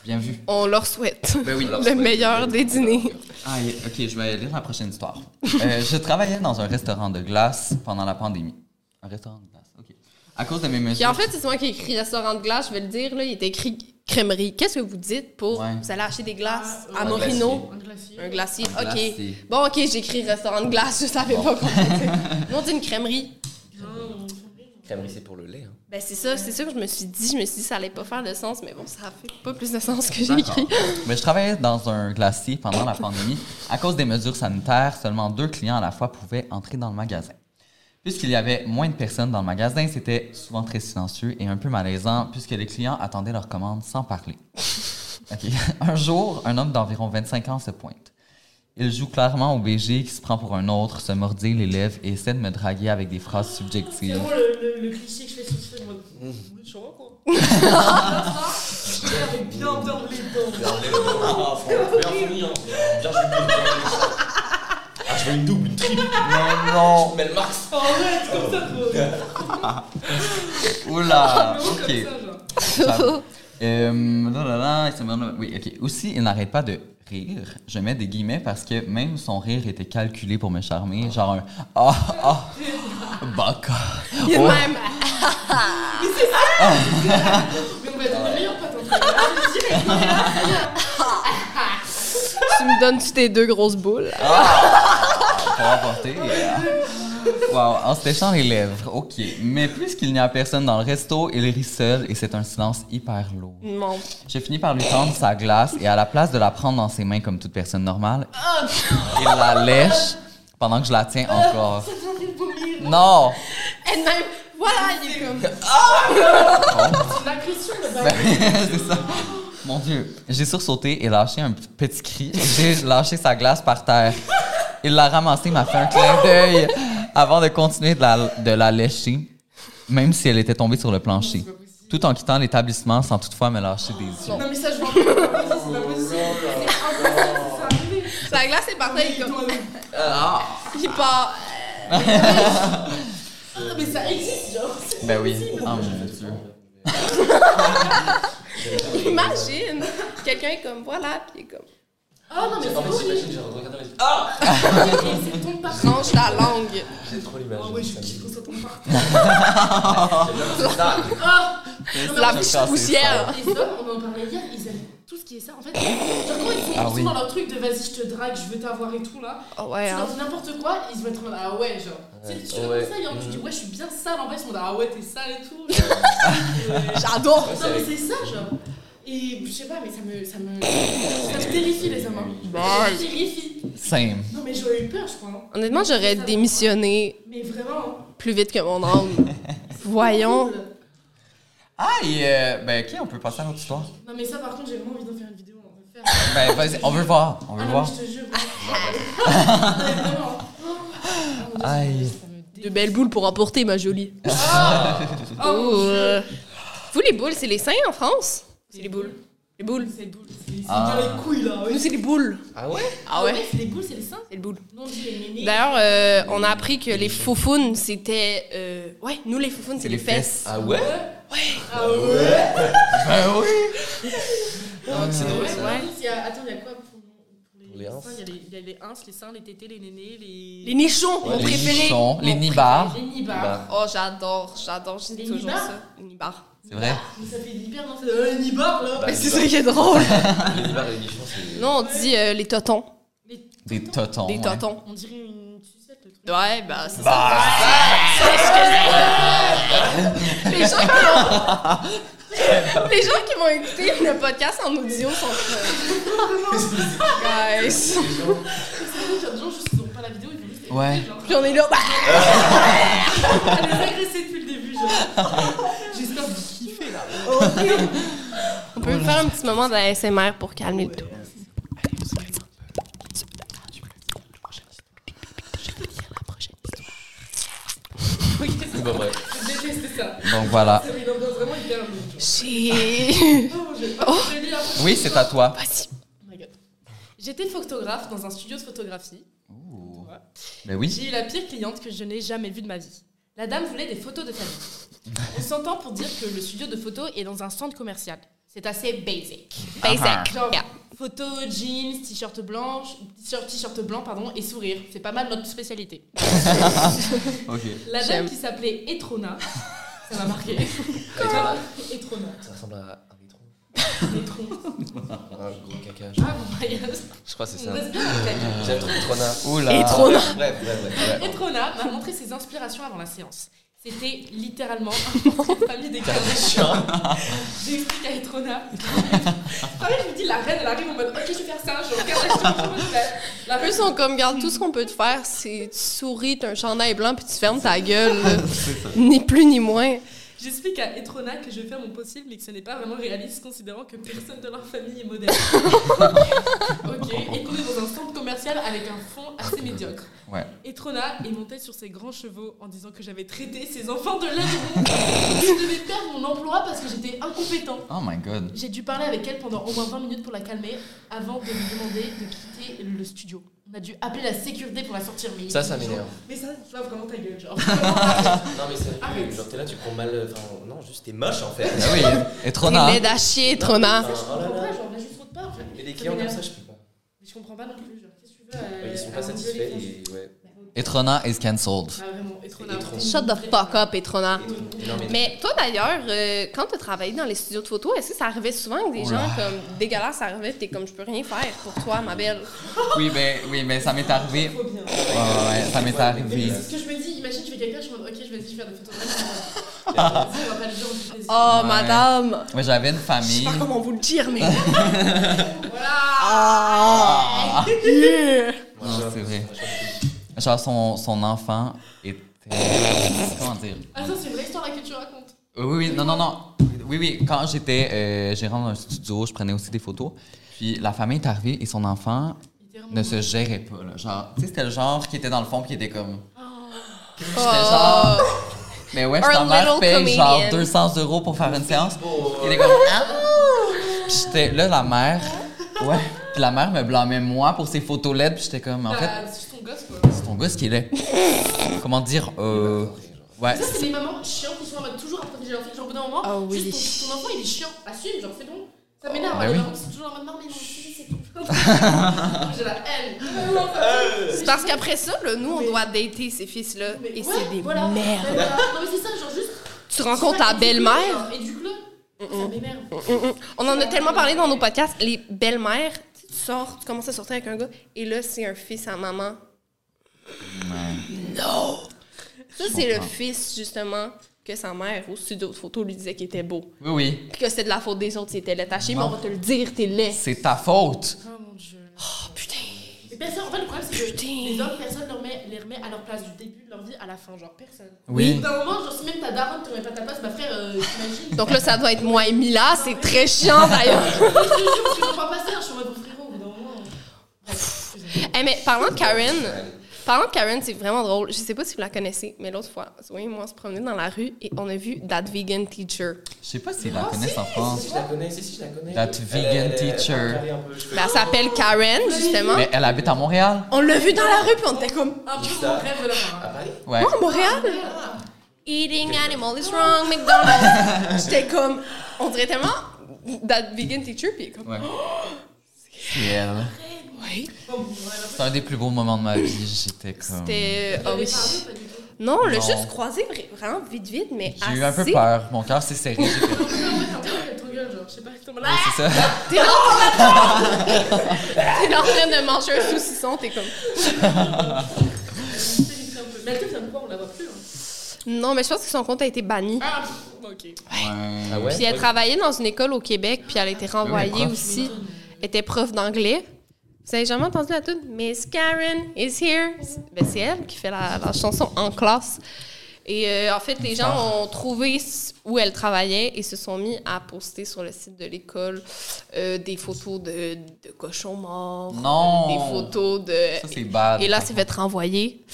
Speaker 1: Bien vu.
Speaker 2: On leur souhaite
Speaker 1: Ben oui.
Speaker 2: le meilleur des dîners.
Speaker 1: Ah, et- ok, je vais lire la prochaine histoire. Euh, je travaillais dans un restaurant de glace pendant la pandémie. Un restaurant de glace, ok. À cause de mes
Speaker 2: Puis
Speaker 1: mesures.
Speaker 2: en fait, c'est moi qui ai écrit restaurant de glace, je vais le dire, là, il est écrit crèmerie. Qu'est-ce que vous dites pour
Speaker 1: Ouais.
Speaker 2: vous allez acheter des glaces à
Speaker 4: un
Speaker 2: Morino?
Speaker 3: Ah, Un glacier.
Speaker 2: Un glacier.
Speaker 1: Un
Speaker 2: OK.
Speaker 1: glacier.
Speaker 2: Bon, OK, j'écris restaurant de glace, je savais pas qu'on disait. Non, on dit une crèmerie.
Speaker 4: Crèmerie, c'est pour le lait. Hein.
Speaker 2: Ben, c'est ça, c'est ça que je me suis dit. Je me suis dit, ça allait pas faire de sens, mais bon, ça fait pas plus de sens que j'ai écrit.
Speaker 1: Mais je travaillais dans un glacier pendant la pandémie. À cause des mesures sanitaires, seulement deux clients à la fois pouvaient entrer dans le magasin. Puisqu'il y avait moins de personnes dans le magasin, c'était souvent très silencieux et un peu malaisant puisque les clients attendaient leur commande sans parler. Ok. Un jour, un homme d'environ 25 ans se pointe. Il joue clairement au BG qui se prend pour un autre, se mordit les lèvres et essaie de me draguer avec des phrases
Speaker 3: C'est
Speaker 1: subjectives.
Speaker 3: vraiment le, le, le cliché que je fais sur ce film.
Speaker 1: Mm.
Speaker 3: Vous voulez que je rentre, quoi J'avais bien dans les dents.
Speaker 4: Dans les Ah, faut bien finir. Bien joué. Ah, je veux une double, une triple.
Speaker 1: Mais non!
Speaker 4: Mais le Marx.
Speaker 3: Oh, Arrête, comme ça, quoi.
Speaker 1: Oula!
Speaker 3: Comme
Speaker 1: Ok.
Speaker 3: ça, genre.
Speaker 1: J'avoue. Euh, là, là, là, c'est bon, là. oui, ok. Aussi, il n'arrête pas de rire. Je mets des guillemets parce que même son rire était calculé pour me charmer. Genre un ah ah bac.
Speaker 2: Il y a de même.
Speaker 3: Mais on va être les meilleurs potes, en fait.
Speaker 2: tu me donnes-tu tes deux grosses boules?
Speaker 1: pour emporter. Wow, en se léchant les lèvres. Ok. Mais puisqu'il n'y a personne dans le resto, il rit seul et c'est un silence hyper lourd.
Speaker 2: Mon
Speaker 1: J'ai fini par lui tendre sa glace et à la place de la prendre dans ses mains comme toute personne normale, il la lèche pendant que je la tiens encore. Non!
Speaker 2: Et de même, voilà, il est comme.
Speaker 3: C'est la question, le bail.
Speaker 1: C'est ça. Mon Dieu. J'ai sursauté et lâché un p- petit cri. J'ai lâché sa glace par terre. Il l'a ramassée, m'a fait un clin d'œil avant de continuer de la, de la lécher, même si elle était tombée sur le plancher. Tout en quittant l'établissement sans toutefois me lâcher des yeux.
Speaker 3: Non, mais ça, je vois pas. C'est pas possible. C'est impossible, ça arrive.
Speaker 2: La glace est partie, il est comme. Il part.
Speaker 3: Ah, Mais ça existe, genre. C'est
Speaker 1: Ben oui. Ah, mon Dieu.
Speaker 2: Imagine! Quelqu'un est comme, voilà, puis il est comme.
Speaker 3: Ah non, mais
Speaker 4: En fait,
Speaker 3: c'est horrible.
Speaker 4: j'imagine, je regarde dans les yeux. Ah
Speaker 3: Et c'est ton parti.
Speaker 2: Range la langue.
Speaker 4: J'ai trop l'image.
Speaker 3: Ah ouais, je kiffe quand ça tombe par terre. Ah
Speaker 2: La
Speaker 1: Ça,
Speaker 2: bouche
Speaker 1: c'est
Speaker 2: poussière.
Speaker 3: Les hommes, on en parlait hier, ils aiment tout ce qui est ça. En fait, genre quand ils sont, ils
Speaker 1: Ah
Speaker 3: sont
Speaker 1: oui.
Speaker 3: dans leur truc de vas-y, je te drague, je veux t'avoir et tout là.
Speaker 2: Oh, ouais,
Speaker 3: C'est
Speaker 2: hein.
Speaker 3: dans n'importe quoi, ils se mettent en mode ah ouais, genre. Tu sais, tu fais
Speaker 4: Ouais.
Speaker 3: comme ça, il y en a qui disent ouais, je suis bien sale. En fait, ils sont en mode ah ouais, t'es sale et tout.
Speaker 2: J'adore!
Speaker 3: non, mais c'est ça, genre. Et je sais pas, mais ça me, ça me, ça me terrifie les hommes. hein.
Speaker 2: Bah,
Speaker 3: Ça me terrifie.
Speaker 1: Same.
Speaker 3: Non, mais j'aurais eu peur, je crois. hein.
Speaker 2: Honnêtement, j'aurais démissionné
Speaker 3: Mais vraiment. hein.
Speaker 2: plus vite que mon âme. Voyons.
Speaker 1: Ah, et euh, ben ok, on peut passer à l'autre histoire.
Speaker 3: Non, mais ça, par contre, j'ai vraiment envie d'en faire une vidéo. On va le
Speaker 1: Ben
Speaker 3: faire.
Speaker 1: vas-y, on veut voir. On
Speaker 3: Ah
Speaker 1: veut
Speaker 3: non, mais
Speaker 1: voir.
Speaker 3: je te jure. Vraiment.
Speaker 1: Aïe.
Speaker 2: De belles boules pour emporter, ma jolie.
Speaker 3: Oh, mon
Speaker 2: Oh,
Speaker 3: Dieu.
Speaker 2: euh, Vous, les boules, c'est les seins en France? C'est les boules. Les boules.
Speaker 3: C'est les boules. C'est c'est
Speaker 1: Ah.
Speaker 3: dans les couilles, là. ouais.
Speaker 2: Nous, c'est les boules.
Speaker 4: Ah ouais
Speaker 2: Ah ouais?
Speaker 3: C'est les boules, c'est les seins.
Speaker 2: C'est les boules.
Speaker 3: Nous, on dit les ménés.
Speaker 2: D'ailleurs, euh, on a appris que les foufounes, c'était. euh, Ouais, nous, les foufounes, c'est les fesses.
Speaker 4: Ah ouais
Speaker 3: Ah ouais
Speaker 1: Ben oui!
Speaker 4: C'est drôle ça.
Speaker 3: Ouais. Il y a- Attends, il y a quoi pour pour
Speaker 4: Pour les
Speaker 3: les
Speaker 4: ins.
Speaker 3: seins Il y a les- il y a les ins, les seins, les tétés, les nénés, les.
Speaker 2: Les nichons, mon
Speaker 1: les
Speaker 2: préféré.
Speaker 1: nichons, les
Speaker 2: Mon
Speaker 1: nibards.
Speaker 3: Les nibards.
Speaker 2: Oh, j'adore, j'adore, je dis
Speaker 3: Les
Speaker 2: toujours
Speaker 3: nibards?
Speaker 2: ça. Les nibards.
Speaker 1: C'est vrai?
Speaker 3: Mais ça fait hyper dans cette. Euh, les nibards, là
Speaker 4: Bah,
Speaker 2: Mais c'est
Speaker 4: les
Speaker 2: ça qui est drôle.
Speaker 4: barres- Les barres et les nichons, c'est.
Speaker 2: non, on dit euh, les totons.
Speaker 1: Des totons.
Speaker 2: Des
Speaker 1: ouais.
Speaker 2: totons.
Speaker 3: On dirait une sucette, le truc.
Speaker 2: Ouais, bah, c'est
Speaker 1: Ah.
Speaker 2: ça. Excusez-moi. Les gens qui ont... Les gens qui vont écouter le podcast en audio sont... euh, Guys.
Speaker 3: Il y a des gens juste ils n'ont pas la vidéo, ils vont juste écouter,
Speaker 1: Ouais.
Speaker 3: genre.
Speaker 2: Puis on est là...
Speaker 3: Elle les a agressés depuis le début, genre. J'espère que vous kiffez, là.
Speaker 2: On peut faire un petit moment d'ASMR pour calmer le tout.
Speaker 4: Bah, ouais.
Speaker 3: Je déteste ça.
Speaker 1: Donc voilà.
Speaker 3: C'est une ambiance vraiment hyper lourde, genre.
Speaker 2: J'ai...
Speaker 3: Oh, je je lis un peu.
Speaker 1: Oui, c'est à toi.
Speaker 3: Oh my God. J'étais photographe dans un studio de photographie.
Speaker 1: Ben oui.
Speaker 3: J'ai eu la pire cliente que je n'ai jamais vue de ma vie. La dame voulait des photos de famille. On s'entend pour dire que le studio de photos est dans un centre commercial. C'est assez basic. Ah
Speaker 2: Basic.
Speaker 3: Genre,
Speaker 2: Yeah.
Speaker 3: photo, jeans, t-shirt blanche, t-shirt, t-shirt blanc, pardon, et sourire. C'est pas mal notre spécialité.
Speaker 1: Ok.
Speaker 3: La
Speaker 2: J'aime.
Speaker 3: dame qui s'appelait Etrona, ça m'a marqué. Etrona. Etrona.
Speaker 4: Ça ressemble à un étron.
Speaker 3: Etrona.
Speaker 4: Un gros caca.
Speaker 3: Ah, mon voyage.
Speaker 4: Je crois que c'est
Speaker 3: On
Speaker 4: ça.
Speaker 3: reste bien dans le thème.
Speaker 4: J'aime trop Etrona.
Speaker 1: Oula.
Speaker 4: Bref, bref, bref. bref.
Speaker 3: Etrona m'a montré ses inspirations avant la séance. C'était littéralement un portrait de famille des J'explique à Etrona. Pareil, je me dis, la reine, elle arrive en mode Ok, je vais faire ça, je regarde la situation. La, la
Speaker 2: En plus, on comme, regarde, tout ce qu'on peut te faire, c'est tu souris, t'as un chandail blanc, puis tu fermes ta gueule. là. ni plus ni moins.
Speaker 3: J'explique à Etrona que je vais faire mon possible, mais que ce n'est pas vraiment réaliste, considérant que personne de leur famille est modèle. ok, et qu'on est dans un centre commercial avec un fond assez médiocre.
Speaker 1: Ouais.
Speaker 3: Etrona est montée sur ses grands chevaux en disant que j'avais traité ses enfants de l'avion. je devais perdre mon emploi parce que j'étais incompétent.
Speaker 1: Oh my god.
Speaker 3: J'ai dû parler avec elle pendant au moins 20 minutes pour la calmer avant de lui demander de quitter le studio. On a dû appeler la sécurité pour la sortir. Mais
Speaker 4: Ça, ça m'énerve.
Speaker 3: Mais ça, ça vraiment ta gueule, genre.
Speaker 4: Non, mais sérieux, genre t'es là, tu prends mal. euh, Enfin, non, juste t'es moche en fait.
Speaker 1: Ben oui. Et
Speaker 2: T'es
Speaker 1: Trona.
Speaker 2: laide à chier, Trona.
Speaker 4: Enfin,
Speaker 3: Je
Speaker 4: oh là
Speaker 3: comprends
Speaker 4: là.
Speaker 3: pas, genre, on a juste trop de peur. genre.
Speaker 4: Mais les
Speaker 3: Ça
Speaker 4: clients comme
Speaker 3: m'énerve.
Speaker 4: ça, je peux pas.
Speaker 3: Mais je comprends pas non plus, genre, qu'est-ce que tu veux euh,
Speaker 4: Ils sont
Speaker 3: à
Speaker 4: pas
Speaker 3: un niveau
Speaker 4: satisfaits
Speaker 3: des gens.
Speaker 4: et ouais.
Speaker 1: Et Trona is cancelled.
Speaker 3: Ah, vraiment, et trop
Speaker 4: Et
Speaker 3: navré.
Speaker 4: trop.
Speaker 2: Shut the fuck up, Etrona.
Speaker 4: Et non, mais-
Speaker 2: Mais toi, d'ailleurs, euh, quand t'as travaillé dans les studios de photo, est-ce que ça arrivait souvent que des gens comme dégueulasses arrivaient pis t'es comme, je peux rien faire pour toi, ma belle?
Speaker 1: Oui, ben, oui, ben ça m'est arrivé.
Speaker 3: Trop bien.
Speaker 1: Ouais, ouais, ouais, ça m'est arrivé.
Speaker 3: C'est ce que je me dis, imagine, je fais quelqu'un, je me dis, ok, je vais je vais faire des photos. on va pas le dire, on fait plaisir.
Speaker 2: Oh,
Speaker 1: Ouais.
Speaker 2: madame!
Speaker 1: Moi, j'avais une
Speaker 2: Je sais
Speaker 1: famille.
Speaker 2: pas comment vous le dire, mais.
Speaker 3: Voilà
Speaker 1: Ah!
Speaker 2: Yeah.
Speaker 1: Non, c'est vrai. Genre, son, son enfant était. Comment dire?
Speaker 3: Attends, Ah, c'est une vraie histoire que tu racontes.
Speaker 1: Oui, oui, non, non, non. Oui, oui, quand j'étais euh, gérant d'un studio, je prenais aussi des photos. Puis la famille est arrivée et son enfant ne se gérait pas. Là. Genre, tu sais, c'était le genre qui était dans le fond puis qui était comme.
Speaker 3: Oh.
Speaker 1: J'étais genre. Mais ouais,
Speaker 2: Or
Speaker 1: ta mère
Speaker 2: little
Speaker 1: paye genre
Speaker 2: comedian.
Speaker 1: 200 euros pour faire une séance. Il est comme. Ah! Puis j'étais là, la mère. Ouais. Puis la mère me blâmait moi pour ses photos LED. Puis j'étais comme, en fait,
Speaker 3: Bah, c'est ton gosse, quoi.
Speaker 1: c'est ton gosse qui est laid. Comment dire euh... Ouais.
Speaker 3: Ça, c'est les mamans chiantes qui sont en mode toujours à protéger leur fille. Genre, au bout d'un moment,
Speaker 2: Ah oui.
Speaker 3: juste ton, ton enfant, il est chiant. Assume, genre, c'est bon. Ça m'énerve,
Speaker 1: Bah
Speaker 3: les
Speaker 1: oui.
Speaker 3: mamans qui sont toujours en mode, non, mais non, c'est tout. J'ai la haine. Non, non, ça-
Speaker 2: C'est Parce qu'après ça, là, nous, on doit dater ces fils-là.
Speaker 3: Mais
Speaker 2: Et
Speaker 3: ouais,
Speaker 2: c'est des
Speaker 3: voilà. Bah,
Speaker 2: merdes.
Speaker 3: Voilà. Non, mais c'est ça, genre, juste.
Speaker 2: Tu rencontres ta belle-mère.
Speaker 3: Et du Ça m'énerve.
Speaker 2: Mm-mm. On en a tellement parlé dans nos podcasts. Les belles-mères, tu sais, tu sors, tu commences à sortir avec un gars, et là, c'est un fils à maman. Non! Ça, c'est le fils, justement, que sa mère, au studio de photo, lui disait qu'il était beau.
Speaker 1: Oui, oui.
Speaker 2: Puis que c'était de la faute des autres, c'était laid. T'as chier, mais
Speaker 1: Non.
Speaker 2: on va te le dire, t'es laid.
Speaker 1: C'est ta faute.
Speaker 3: Oh mon dieu.
Speaker 2: Oh, putain!
Speaker 3: Mais personne, en fait, le problème, c'est que
Speaker 2: Putain.
Speaker 3: les hommes, personne leur met, les remet à leur place du début de leur vie à la fin. Genre, personne.
Speaker 1: Oui.
Speaker 3: Au bout d'un moment, genre, si même ta daronne te remet pas à ta place, bah frère, euh, t'imagines.
Speaker 2: Donc là, ça doit être moi et Mila. C'est très chiant, d'ailleurs.
Speaker 3: Je te jure, hein, tu comprends pas ça, je suis en mode frérot, au bout d'un moment. Bref, excusez-moi.
Speaker 2: Eh, mais parlant de Karen, Parlant de Karen, c'est vraiment drôle. Je sais pas si vous la connaissez, mais l'autre fois, Zoé et moi, on se promenait dans la rue et on a vu That Vegan Teacher.
Speaker 1: Je sais pas si la connaissent en France.
Speaker 4: Si, je la connais, si, si, je la connais.
Speaker 1: That vegan teacher.
Speaker 2: Ben, elle s'appelle Karen, justement.
Speaker 1: Mais elle habite à Montréal.
Speaker 2: On l'a vu dans la rue, puis on était comme...
Speaker 3: Un peu Ah, mon rêve de la hein.
Speaker 1: Ouais.
Speaker 3: voir.
Speaker 2: Moi, à Montréal? Eating animal is wrong, McDonald's. J'étais comme... On dirait tellement That Vegan Teacher, puis comme...
Speaker 1: Ouais. C'est elle.
Speaker 2: Oui.
Speaker 1: C'est un des plus beaux moments de ma vie. J'étais comme.
Speaker 2: C'était... ah oui. Non, on l'a
Speaker 1: Non.
Speaker 2: juste croisé vra- vraiment vite, vite, mais
Speaker 1: J'ai eu un peu
Speaker 2: assez-
Speaker 1: peur. Mon cœur s'est serré. J'ai fait,
Speaker 3: Je sais Ah pas exactement.
Speaker 1: C'est ça.
Speaker 2: T'es là, t'es là en train de manger un saucisson, t'es comme...
Speaker 3: Mais elle te vient de voir, on la voit plus. hein.
Speaker 2: Non, mais je pense que son compte a été banni.
Speaker 3: Ah, ok.
Speaker 4: Ah ouais?
Speaker 2: Puis elle travaillait dans une école au Québec, puis elle a été renvoyée
Speaker 1: prof.
Speaker 2: aussi. Elle était prof d'anglais. Vous avez jamais entendu la tune Miss Karen is here. Ben, c'est elle qui fait la, la chanson en classe. Et euh, en fait, les
Speaker 1: Ah.
Speaker 2: gens ont trouvé s- où elle travaillait et se sont mis à poster sur le site de l'école euh, des photos de, de cochons morts,
Speaker 1: Non.
Speaker 2: des photos de.
Speaker 1: Ça, c'est bad.
Speaker 2: Et là, c'est fait renvoyer.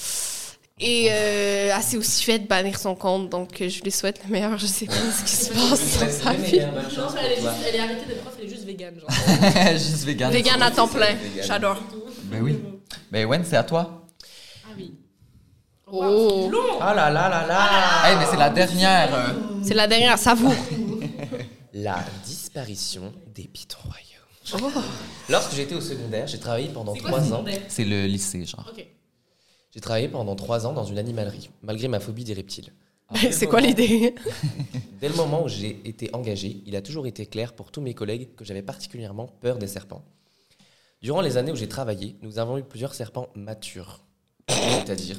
Speaker 2: Et euh, elle s'est aussi fait bannir son compte, donc euh, je lui souhaite le meilleur. Je sais pas ce qui se passe dans sa vie.
Speaker 3: Non, elle est, juste, elle est arrêtée d'être prof, elle est juste végane, genre.
Speaker 1: Juste vegan.
Speaker 2: Vegan à temps plein, j'adore.
Speaker 1: Ben oui. Ben Wen, c'est à toi.
Speaker 3: Ah oui.
Speaker 2: Oh,
Speaker 4: Ah là là là là!
Speaker 1: Eh, mais c'est la dernière. euh.
Speaker 2: c'est la dernière, savoure.
Speaker 4: La disparition des pitons royaux. Oh. Lorsque j'étais au secondaire, j'ai travaillé pendant trois ans.
Speaker 1: C'est le lycée, genre.
Speaker 3: Ok.
Speaker 4: J'ai travaillé pendant trois ans dans une animalerie, malgré ma phobie des reptiles.
Speaker 2: Ben, c'est quoi l'idée?
Speaker 4: Dès le moment où j'ai été engagé, il a toujours été clair pour tous mes collègues que j'avais particulièrement peur des serpents. Durant les années où j'ai travaillé, nous avons eu plusieurs serpents matures. C'est-à-dire,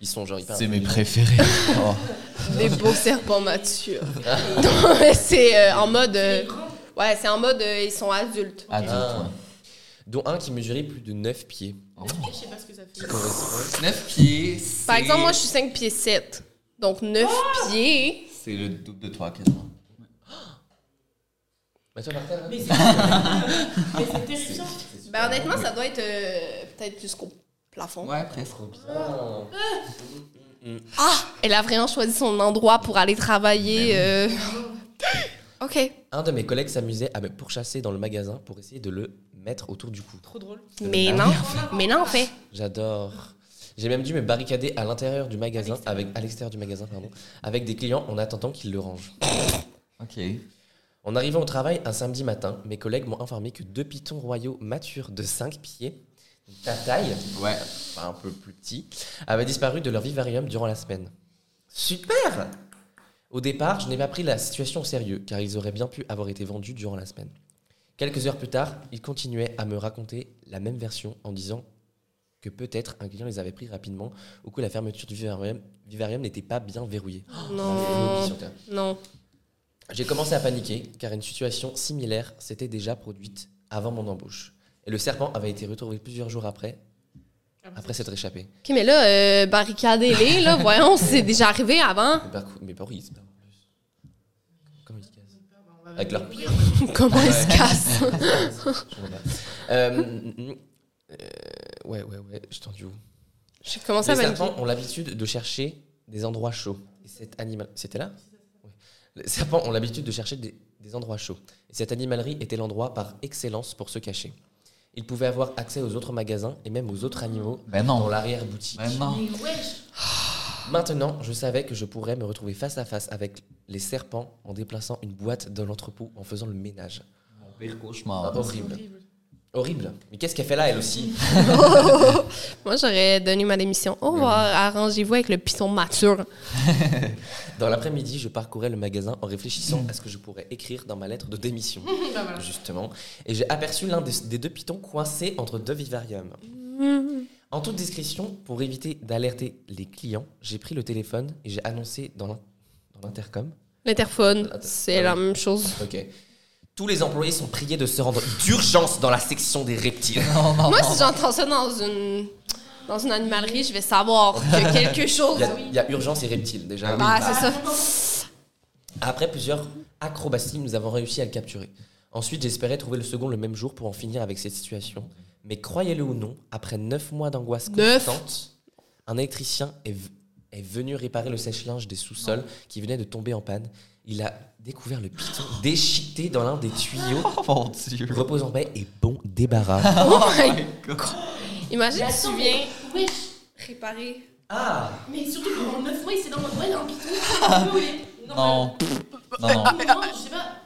Speaker 4: ils sont genre hyper.
Speaker 1: préférés. Oh.
Speaker 2: Des beaux serpents matures. Non, mais c'est euh, en mode. euh, ouais, c'est en mode euh, ils sont adultes.
Speaker 1: Adulte, ouais.
Speaker 4: Dont un qui mesurait plus de 9 pieds.
Speaker 3: Je sais pas ce que ça fait.
Speaker 4: Correspond-
Speaker 1: 9 pieds.
Speaker 2: Par exemple, moi, je suis 5 pieds 7. Donc 9 pieds.
Speaker 1: C'est le double de toi, quasiment.
Speaker 4: Mets-toi par terre, hein.
Speaker 3: Mais c'est mais c'est terrifiant.
Speaker 2: Ben, honnêtement, ça doit être euh, peut-être jusqu'au plafond.
Speaker 1: Ouais, presque.
Speaker 2: Ah, Elle a vraiment choisi son endroit pour aller travailler. euh, OK.
Speaker 4: Un de mes collègues s'amusait à me pourchasser dans le magasin pour essayer de le mettre autour du cou.
Speaker 3: Trop drôle.
Speaker 2: Mais non. Mais non, en fait.
Speaker 4: J'adore. J'ai même dû me barricader à l'intérieur du magasin, avec à l'extérieur du magasin, pardon, avec des clients en attendant qu'ils le rangent.
Speaker 1: Ok.
Speaker 4: En arrivant au travail un samedi matin, mes collègues m'ont informé que deux pitons royaux matures de 5 pieds, ta taille,
Speaker 1: Ouais.
Speaker 4: enfin, un peu plus petit, avaient disparu de leur vivarium durant la semaine. Super Au départ, je n'ai pas pris la situation au sérieux, car ils auraient bien pu avoir été vendus durant la semaine. Quelques heures plus tard, ils continuaient à me raconter la même version en disant que peut-être un client les avait pris rapidement ou que la fermeture du vivarium vivarium n'était pas bien verrouillée. Phobie
Speaker 2: Non.
Speaker 4: sur Terre.
Speaker 2: Non.
Speaker 4: J'ai commencé à paniquer car une situation similaire s'était déjà produite avant mon embauche. Et le serpent avait été retrouvé plusieurs jours après, après s'être échappé.
Speaker 2: OK, mais là, euh, barricadez-les, là. Voyons, c'est déjà arrivé avant.
Speaker 4: Mais par, cou- mais par où ils se perdent en plus Comment ils se Ah, cassent Avec leur pire.
Speaker 2: Comment ils se cassent?
Speaker 4: Euh, ouais, ouais, ouais, je t'en dis où
Speaker 2: J'ai commencé à
Speaker 4: Les
Speaker 2: paniquer.
Speaker 4: serpents ont l'habitude de chercher des endroits chauds. Et cet animal... C'était là Ouais. Les serpents ont l'habitude de chercher des, des endroits chauds. Et cette animalerie était l'endroit par excellence pour se cacher. Ils pouvaient avoir accès aux autres magasins et même aux autres animaux
Speaker 1: Ben non.
Speaker 4: dans l'arrière-boutique.
Speaker 1: Ben non.
Speaker 4: Maintenant, je savais que je pourrais me retrouver face à face avec les serpents en déplaçant une boîte dans l'entrepôt en faisant le ménage.
Speaker 1: Mon pire cauchemar.
Speaker 4: horrible. Horrible. Mais qu'est-ce qu'elle fait là, elle aussi
Speaker 2: Moi, j'aurais donné ma démission. Au revoir. Arrangez-vous avec le piton mature.
Speaker 4: Dans l'après-midi, je parcourais le magasin en réfléchissant
Speaker 2: Mm.
Speaker 4: à ce que je pourrais écrire dans ma lettre de démission.
Speaker 2: Ah,
Speaker 4: Justement. Et j'ai aperçu l'un des, des deux pitons coincé entre deux vivariums.
Speaker 2: Mm.
Speaker 4: En toute discrétion, pour éviter d'alerter les clients, j'ai pris le téléphone et j'ai annoncé dans l'in- dans l'intercom.
Speaker 2: L'interphone, c'est la même chose.
Speaker 4: Ok. Tous les employés sont priés de se rendre d'urgence dans la section des reptiles.
Speaker 2: Moi, si j'entends ça dans une, dans une animalerie, je vais savoir que quelque chose.
Speaker 4: Il y a- il y, a urgence et reptiles déjà.
Speaker 2: Ah, c'est ça.
Speaker 4: Après plusieurs acrobaties, nous avons réussi à le capturer. Ensuite, j'espérais trouver le second le même jour pour en finir avec cette situation. Mais croyez-le ou non, après neuf mois d'angoisse
Speaker 2: Neuf
Speaker 4: constante, Un électricien est, v- est venu réparer le sèche-linge des sous-sols qui venait de tomber en panne. Il a découvert le piton déchiqueté dans l'un des tuyaux.
Speaker 1: Oh,
Speaker 4: Repose en paix et bon débarras.
Speaker 2: Oh my Imagine si tu viens
Speaker 3: Oui.
Speaker 2: réparer.
Speaker 4: Ah.
Speaker 3: Mais surtout pendant 9 mois, il s'est dans mon doigt, il a un piton.
Speaker 1: Ah! Non. Non, non.
Speaker 3: À un moment, Ah, je sais pas.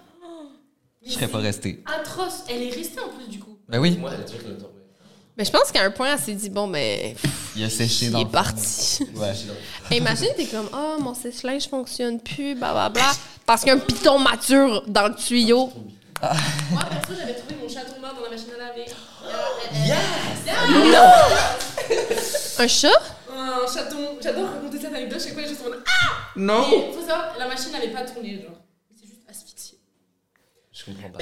Speaker 1: Je serais pas resté.
Speaker 3: Atroce. Elle est restée en plus, du coup.
Speaker 1: Ben oui.
Speaker 4: Moi, elle a dit qu'elle était-
Speaker 2: Mais je pense qu'à un point, elle s'est dit, bon, mais.
Speaker 1: Il a séché
Speaker 2: Il
Speaker 1: dans
Speaker 2: est
Speaker 1: le fond.
Speaker 2: parti.
Speaker 1: Ouais.
Speaker 2: Imagine, t'es comme, oh, mon sèche-linge fonctionne plus, blablabla. Parce qu'un piton mature dans le tuyau.
Speaker 3: Moi, perso, j'avais trouvé mon chaton mort dans la machine à laver. euh,
Speaker 2: Un chat?
Speaker 3: Un chaton. J'adore raconter cette anecdote. Chaque fois, je suis en mode, Ah
Speaker 1: Non.
Speaker 3: Mais faut savoir, la machine n'avait pas tourné, genre. C'est juste asphyxié.
Speaker 4: Je comprends pas.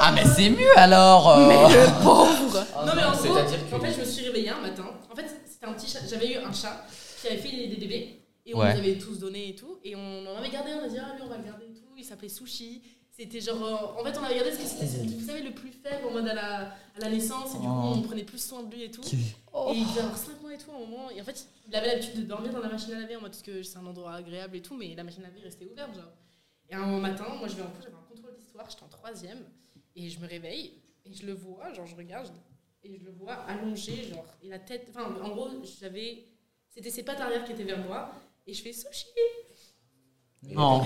Speaker 1: Ah, mais c'est mieux alors! euh.
Speaker 2: pauvre!
Speaker 3: non, mais en gros,
Speaker 4: C'est-à-dire que-
Speaker 3: en fait, je me suis réveillée un matin. En fait, c'était un petit chat. J'avais eu un chat qui avait fait des bébés et on
Speaker 1: Ouais.
Speaker 3: les avait tous donnés et tout. Et on en avait gardé un. On a dit, ah, lui, on va le garder et tout. Il s'appelait Sushi. C'était genre. euh, en fait, on avait gardé parce que c'était, celui, vous savez, le plus faible en mode à la, à la naissance. Et du
Speaker 1: Oh.
Speaker 3: coup, on prenait plus soin de lui et tout. Et il devait avoir 5 mois et tout à un moment. Et en fait, il avait l'habitude de dormir dans la machine à laver en mode parce que c'est un endroit agréable et tout, mais la machine à laver restait ouverte. Genre. Et un matin, moi je vais en cours, j'avais un contrôle d'histoire, j'étais en troisième, et je me réveille, et je le vois, genre je regarde, et je le vois allongé, genre, et la tête. Enfin, en gros, j'avais. C'était ses pattes arrière qui étaient vers moi, et je fais sushi
Speaker 1: Non.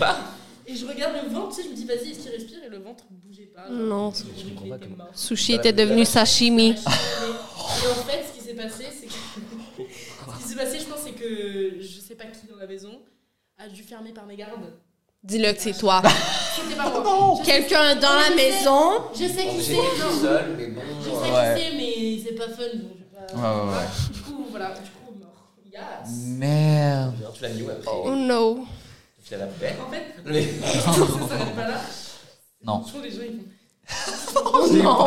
Speaker 3: Et je regarde le ventre, tu sais, je me dis, vas-y, est-ce qu'il respire Et le ventre bougeait pas. genre.
Speaker 2: Non.
Speaker 3: Je me dis qu'il était mort.
Speaker 2: Sushi était devenu sashimi.
Speaker 3: Et en fait, ce qui s'est passé, c'est que. ce qui s'est passé, je pense, c'est que je sais pas qui dans la maison a dû fermer par mes gardes.
Speaker 2: Dis-le que c'est toi.
Speaker 3: C'était pas moi. Je-
Speaker 2: Quelqu'un dans la maison.
Speaker 3: Je sais qui c'est,
Speaker 4: J'étais tout
Speaker 3: non.
Speaker 4: seul, mais bon.
Speaker 3: Je sais
Speaker 4: euh,
Speaker 1: Ouais.
Speaker 3: qui c'est, mais c'est pas fun. donc je vais pas-
Speaker 1: Ouais, ouais, ouais.
Speaker 3: Du coup, voilà, du coup, mort. Yes.
Speaker 1: Merde.
Speaker 4: bien, Tu l'as mis où après
Speaker 2: Oh no.
Speaker 4: Tu l'as la paix
Speaker 3: En fait,
Speaker 4: Mais-
Speaker 3: ça s'arrête pas là.
Speaker 1: Non.
Speaker 3: Toujours les gens, ils font.
Speaker 2: Oh non.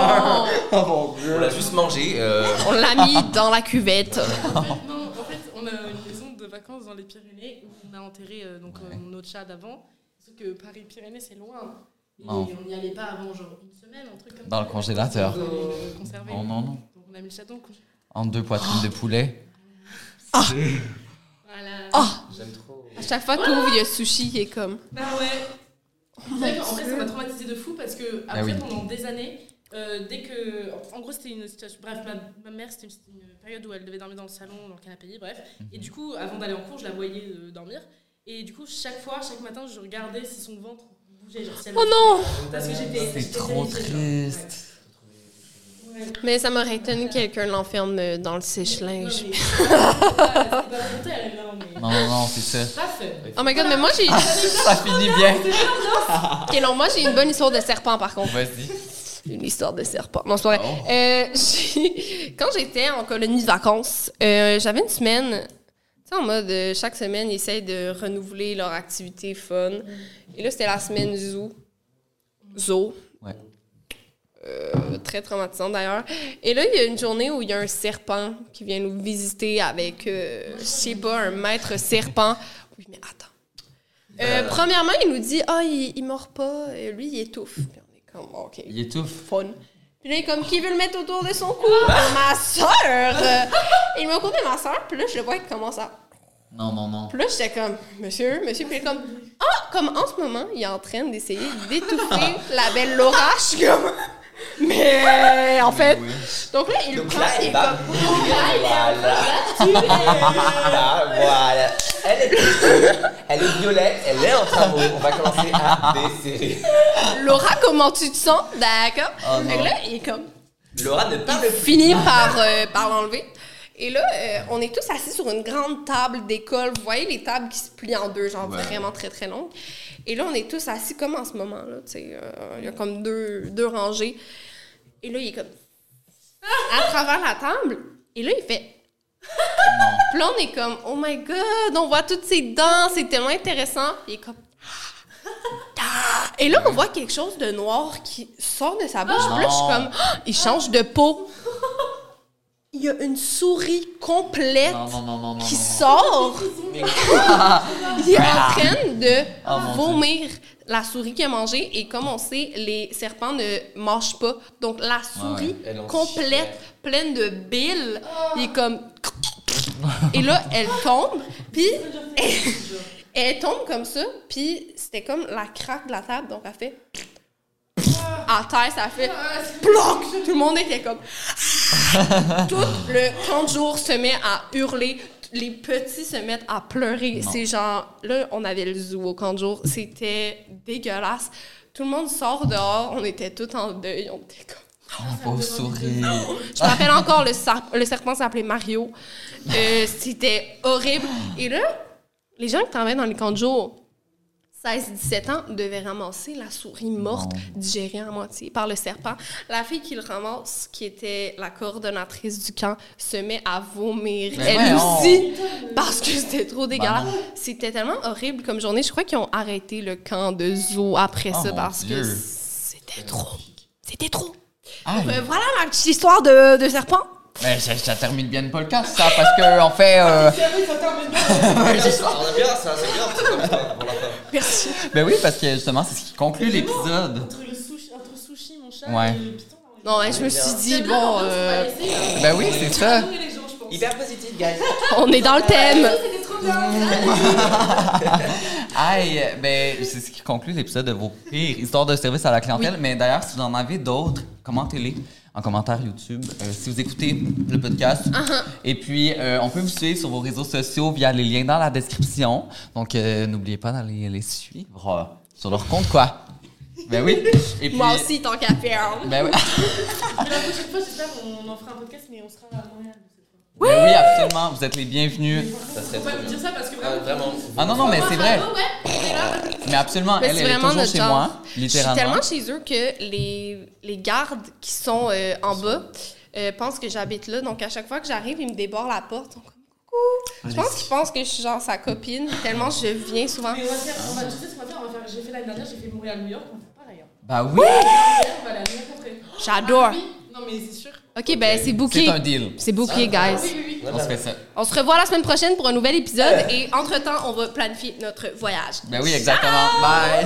Speaker 4: On l'a juste mangé. euh,
Speaker 2: On l'a mis dans la cuvette.
Speaker 3: En fait, non, en fait, on a une maison de vacances dans les Pyrénées où on a enterré euh, donc, euh, mon autre chat d'avant. Sauf que Paris-Pyrénées, c'est loin. Et
Speaker 1: Non.
Speaker 3: on n'y allait pas avant genre une semaine, un truc comme
Speaker 1: Dans
Speaker 3: ça.
Speaker 1: le congélateur.
Speaker 3: On allait le conserver.
Speaker 1: Non, non, non.
Speaker 3: Donc on a mis le chaton au congélateur.
Speaker 1: En deux poitrines de poulet. Oh.
Speaker 3: Voilà.
Speaker 4: J'aime trop.
Speaker 2: À chaque fois qu'on ouvre, il y a sushi qui est comme.
Speaker 3: Bah ouais. C'est vrai qu'en fait, ça m'a traumatisé de fou parce que après,
Speaker 1: oui.
Speaker 3: pendant des années, euh, dès que. En gros, c'était une situation. Bref, ma, ma mère, c'était une, une période où elle devait dormir dans le salon, dans le canapé, bref. Et du coup, avant d'aller en cours, je la voyais euh, dormir. Et du coup, chaque fois, chaque matin, je regardais si son ventre bougeait. Genre, si elle-
Speaker 2: Oh non!
Speaker 3: Parce que j'étais.
Speaker 1: C'est
Speaker 3: j'étais
Speaker 1: trop
Speaker 3: terrifiée,
Speaker 1: triste.
Speaker 3: genre. Ouais.
Speaker 2: Mais ça m'aurait étonné que quelqu'un l'enferme euh, dans le
Speaker 3: Non, mais-
Speaker 2: sèche-linge.
Speaker 3: C'est pas- c'est pas volontaire, non, mais-
Speaker 1: Non, non, non, c'est ça.
Speaker 3: Pas fait.
Speaker 2: Oh my god, mais moi j'ai.
Speaker 1: Ça finit bien.
Speaker 2: Ok, non, moi j'ai une bonne histoire de serpent par contre.
Speaker 1: Vas-y.
Speaker 2: Une histoire de serpent. Non, c'est pas vrai. Euh, j'ai- quand j'étais en colonie de vacances, euh, j'avais une semaine. Tu sais, en mode, euh, chaque semaine, ils essayent de renouveler leur activité fun. Et là, c'était la semaine zoo. Zoo.
Speaker 1: Ouais.
Speaker 2: Euh, très traumatisant d'ailleurs. Et là, il y a une journée où il y a un serpent qui vient nous visiter avec, euh, je sais pas, un maître serpent. Oui, mais attends. Euh, premièrement, il nous dit Ah, il, il mord pas, euh, lui, il étouffe. Puis on est comme Ok,
Speaker 1: Il étouffe.
Speaker 2: fun. Puis là, il est comme Qui veut le mettre autour de son cou Ma soeur Il met autour de ma soeur, puis là, je le vois qu'il commence à.
Speaker 1: Non, non, non.
Speaker 2: Puis là, j'étais comme Monsieur, monsieur, puis il est comme Ah, comme en ce moment, il est en train d'essayer d'étouffer la belle Laura. Je suis comme Mais en fait. Donc là, il le prend, il est
Speaker 4: Bah,
Speaker 2: comme
Speaker 4: voilà, Ah, voilà. Elle est, elle est violette, elle est en travaux. On va commencer à desserrer.
Speaker 2: Laura, comment tu te sens D'accord. Fait que là, il est comme
Speaker 4: Laura ne parle plus.
Speaker 2: fini par, euh, par l'enlever. Et là, euh, on est tous assis sur une grande table d'école. Vous voyez les tables qui se plient en deux, genre vraiment très, très longues. Et là, on est tous assis comme en ce moment. là, tu sais, euh, Il y a comme deux, deux rangées. Et là, il est comme à travers la table. Et là, il fait. Puis là, on est comme, oh my god, on voit toutes ses dents, c'est tellement intéressant. Puis il est comme. Ah! Et là, on voit quelque chose de noir qui sort de sa bouche. Puis là, je suis
Speaker 1: Non.
Speaker 2: comme, Ah! il change de peau. Il y a une souris complète
Speaker 1: Non, non, non, non, non,
Speaker 2: qui
Speaker 1: non.
Speaker 2: sort. il est en
Speaker 4: Ah.
Speaker 2: train de
Speaker 4: Oh
Speaker 2: vomir la souris qu'il a mangée. Et comme on sait, les serpents ne mangent pas. Donc, la souris
Speaker 4: Elle en
Speaker 2: complète, pleine de bile, il est comme... Et là, elle tombe, puis elle tombe comme ça, puis c'était comme la craque de la table, donc elle fait à terre, ça fait ploc. Tout le monde était comme tout le camp de jour se met à hurler. Les petits se mettent à pleurer.
Speaker 6: Non.
Speaker 2: C'est genre, là, on avait le zoo au camp de jour. C'était dégueulasse. Tout le monde sort dehors. On était tous en deuil. On était comme...
Speaker 1: Pauvre souris.
Speaker 2: Je me rappelle encore, le, serp- le serpent s'appelait Mario. Euh, C'était horrible. Et là, les gens qui travaillent dans les camps de jour, 16-17 ans, devaient ramasser la souris morte digérée à moitié par le serpent. La fille qui le ramasse, qui était la coordonnatrice du camp, se met à vomir.
Speaker 6: Mais
Speaker 2: Elle
Speaker 6: voyons.
Speaker 2: aussi, parce que c'était trop dégueulasse.
Speaker 6: Bah non.
Speaker 2: C'était tellement horrible comme journée. Je crois qu'ils ont arrêté le camp de zoo après
Speaker 6: Oh
Speaker 2: ça
Speaker 6: mon
Speaker 2: parce
Speaker 6: Dieu.
Speaker 2: que c'était trop. C'était trop.
Speaker 1: Ah,
Speaker 2: Euh, voilà ma petite histoire de, de serpent.
Speaker 1: Mais ça, ça termine bien le podcast, ça, parce que en fait.
Speaker 2: Ah,
Speaker 1: euh,
Speaker 4: On aime bien ça, c'est bien, c'est comme ça. pour la fin.
Speaker 2: Merci.
Speaker 1: Ben oui, parce que justement, c'est ce qui conclut l'épisode.
Speaker 3: Entre le sushi, entre sushi, mon chat.
Speaker 1: Ouais.
Speaker 3: et le piton.
Speaker 2: Non, ouais, je me suis dit, bon. euh,
Speaker 1: Ben oui, c'est ça.
Speaker 4: Hyper positif, guys.
Speaker 2: On est dans le thème.
Speaker 1: Aïe, ben c'est ce qui conclut l'épisode de vos pires histoires de service à la clientèle. Mais d'ailleurs, si vous en avez d'autres, commentez-les en commentaire YouTube. euh, si vous écoutez le podcast.
Speaker 2: Ah,
Speaker 1: Et puis, euh, on peut vous suivre sur vos réseaux sociaux via les liens dans la description. Donc, euh, n'oubliez pas d'aller les suivre euh, sur leur compte, quoi. Ben oui. Et puis,
Speaker 2: Moi aussi, tant qu'à faire.
Speaker 1: Ben oui.
Speaker 3: Mais la prochaine fois, j'espère qu'on en fera un podcast, mais on sera à Montréal.
Speaker 1: Ben oui, absolument. Vous êtes les bienvenus.
Speaker 4: Ça serait
Speaker 3: Faut
Speaker 4: trop
Speaker 3: pas
Speaker 4: bien.
Speaker 3: nous dire ça parce que
Speaker 4: Ah,
Speaker 3: vraiment.
Speaker 4: vraiment.
Speaker 1: Ah non, non, mais c'est vrai.
Speaker 3: Ah, ouais, c'est là.
Speaker 1: Mais absolument,
Speaker 2: Mais
Speaker 1: elle,
Speaker 2: Ben, c'est
Speaker 1: elle est
Speaker 2: vraiment
Speaker 1: toujours
Speaker 2: notre
Speaker 1: chez
Speaker 2: genre.
Speaker 1: moi,
Speaker 2: Je suis
Speaker 1: littéralement.
Speaker 2: tellement chez eux que les, les gardes qui sont euh, en bas euh, pensent que j'habite là. Donc, à chaque fois que j'arrive, ils me débarrent la porte. Ils sont comme, coucou. Je pense qu'ils pensent que je suis genre sa copine, tellement je viens souvent.
Speaker 3: Mais on va faire, on va, tu sais ce qu'on va faire, on va faire, j'ai fait l'année dernière, j'ai fait Montréal-New York, on va faire pareil. hein.
Speaker 1: Bah oui!
Speaker 3: On va aller à New York après.
Speaker 2: J'adore.
Speaker 3: Ah, oui. Non, mais c'est sûr.
Speaker 2: OK, ben c'est booké.
Speaker 1: C'est un deal.
Speaker 2: C'est booké,
Speaker 3: Ah,
Speaker 2: guys.
Speaker 3: oui, oui, oui.
Speaker 1: On se fait ça.
Speaker 2: On se revoit la semaine prochaine pour un nouvel épisode et entre-temps, on va planifier notre voyage.
Speaker 1: Eh. Ben oui, exactement. Bye!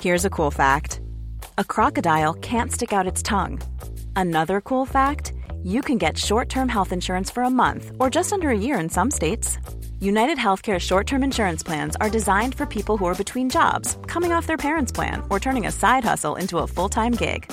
Speaker 7: Here's a cool fact a crocodile can't stick out its tongue. Another cool fact you can get short term health insurance for a month or just under a year in some states. United Healthcare short term insurance plans are designed for people who are between jobs, coming off their parents' plan, or turning a side hustle into a full time gig.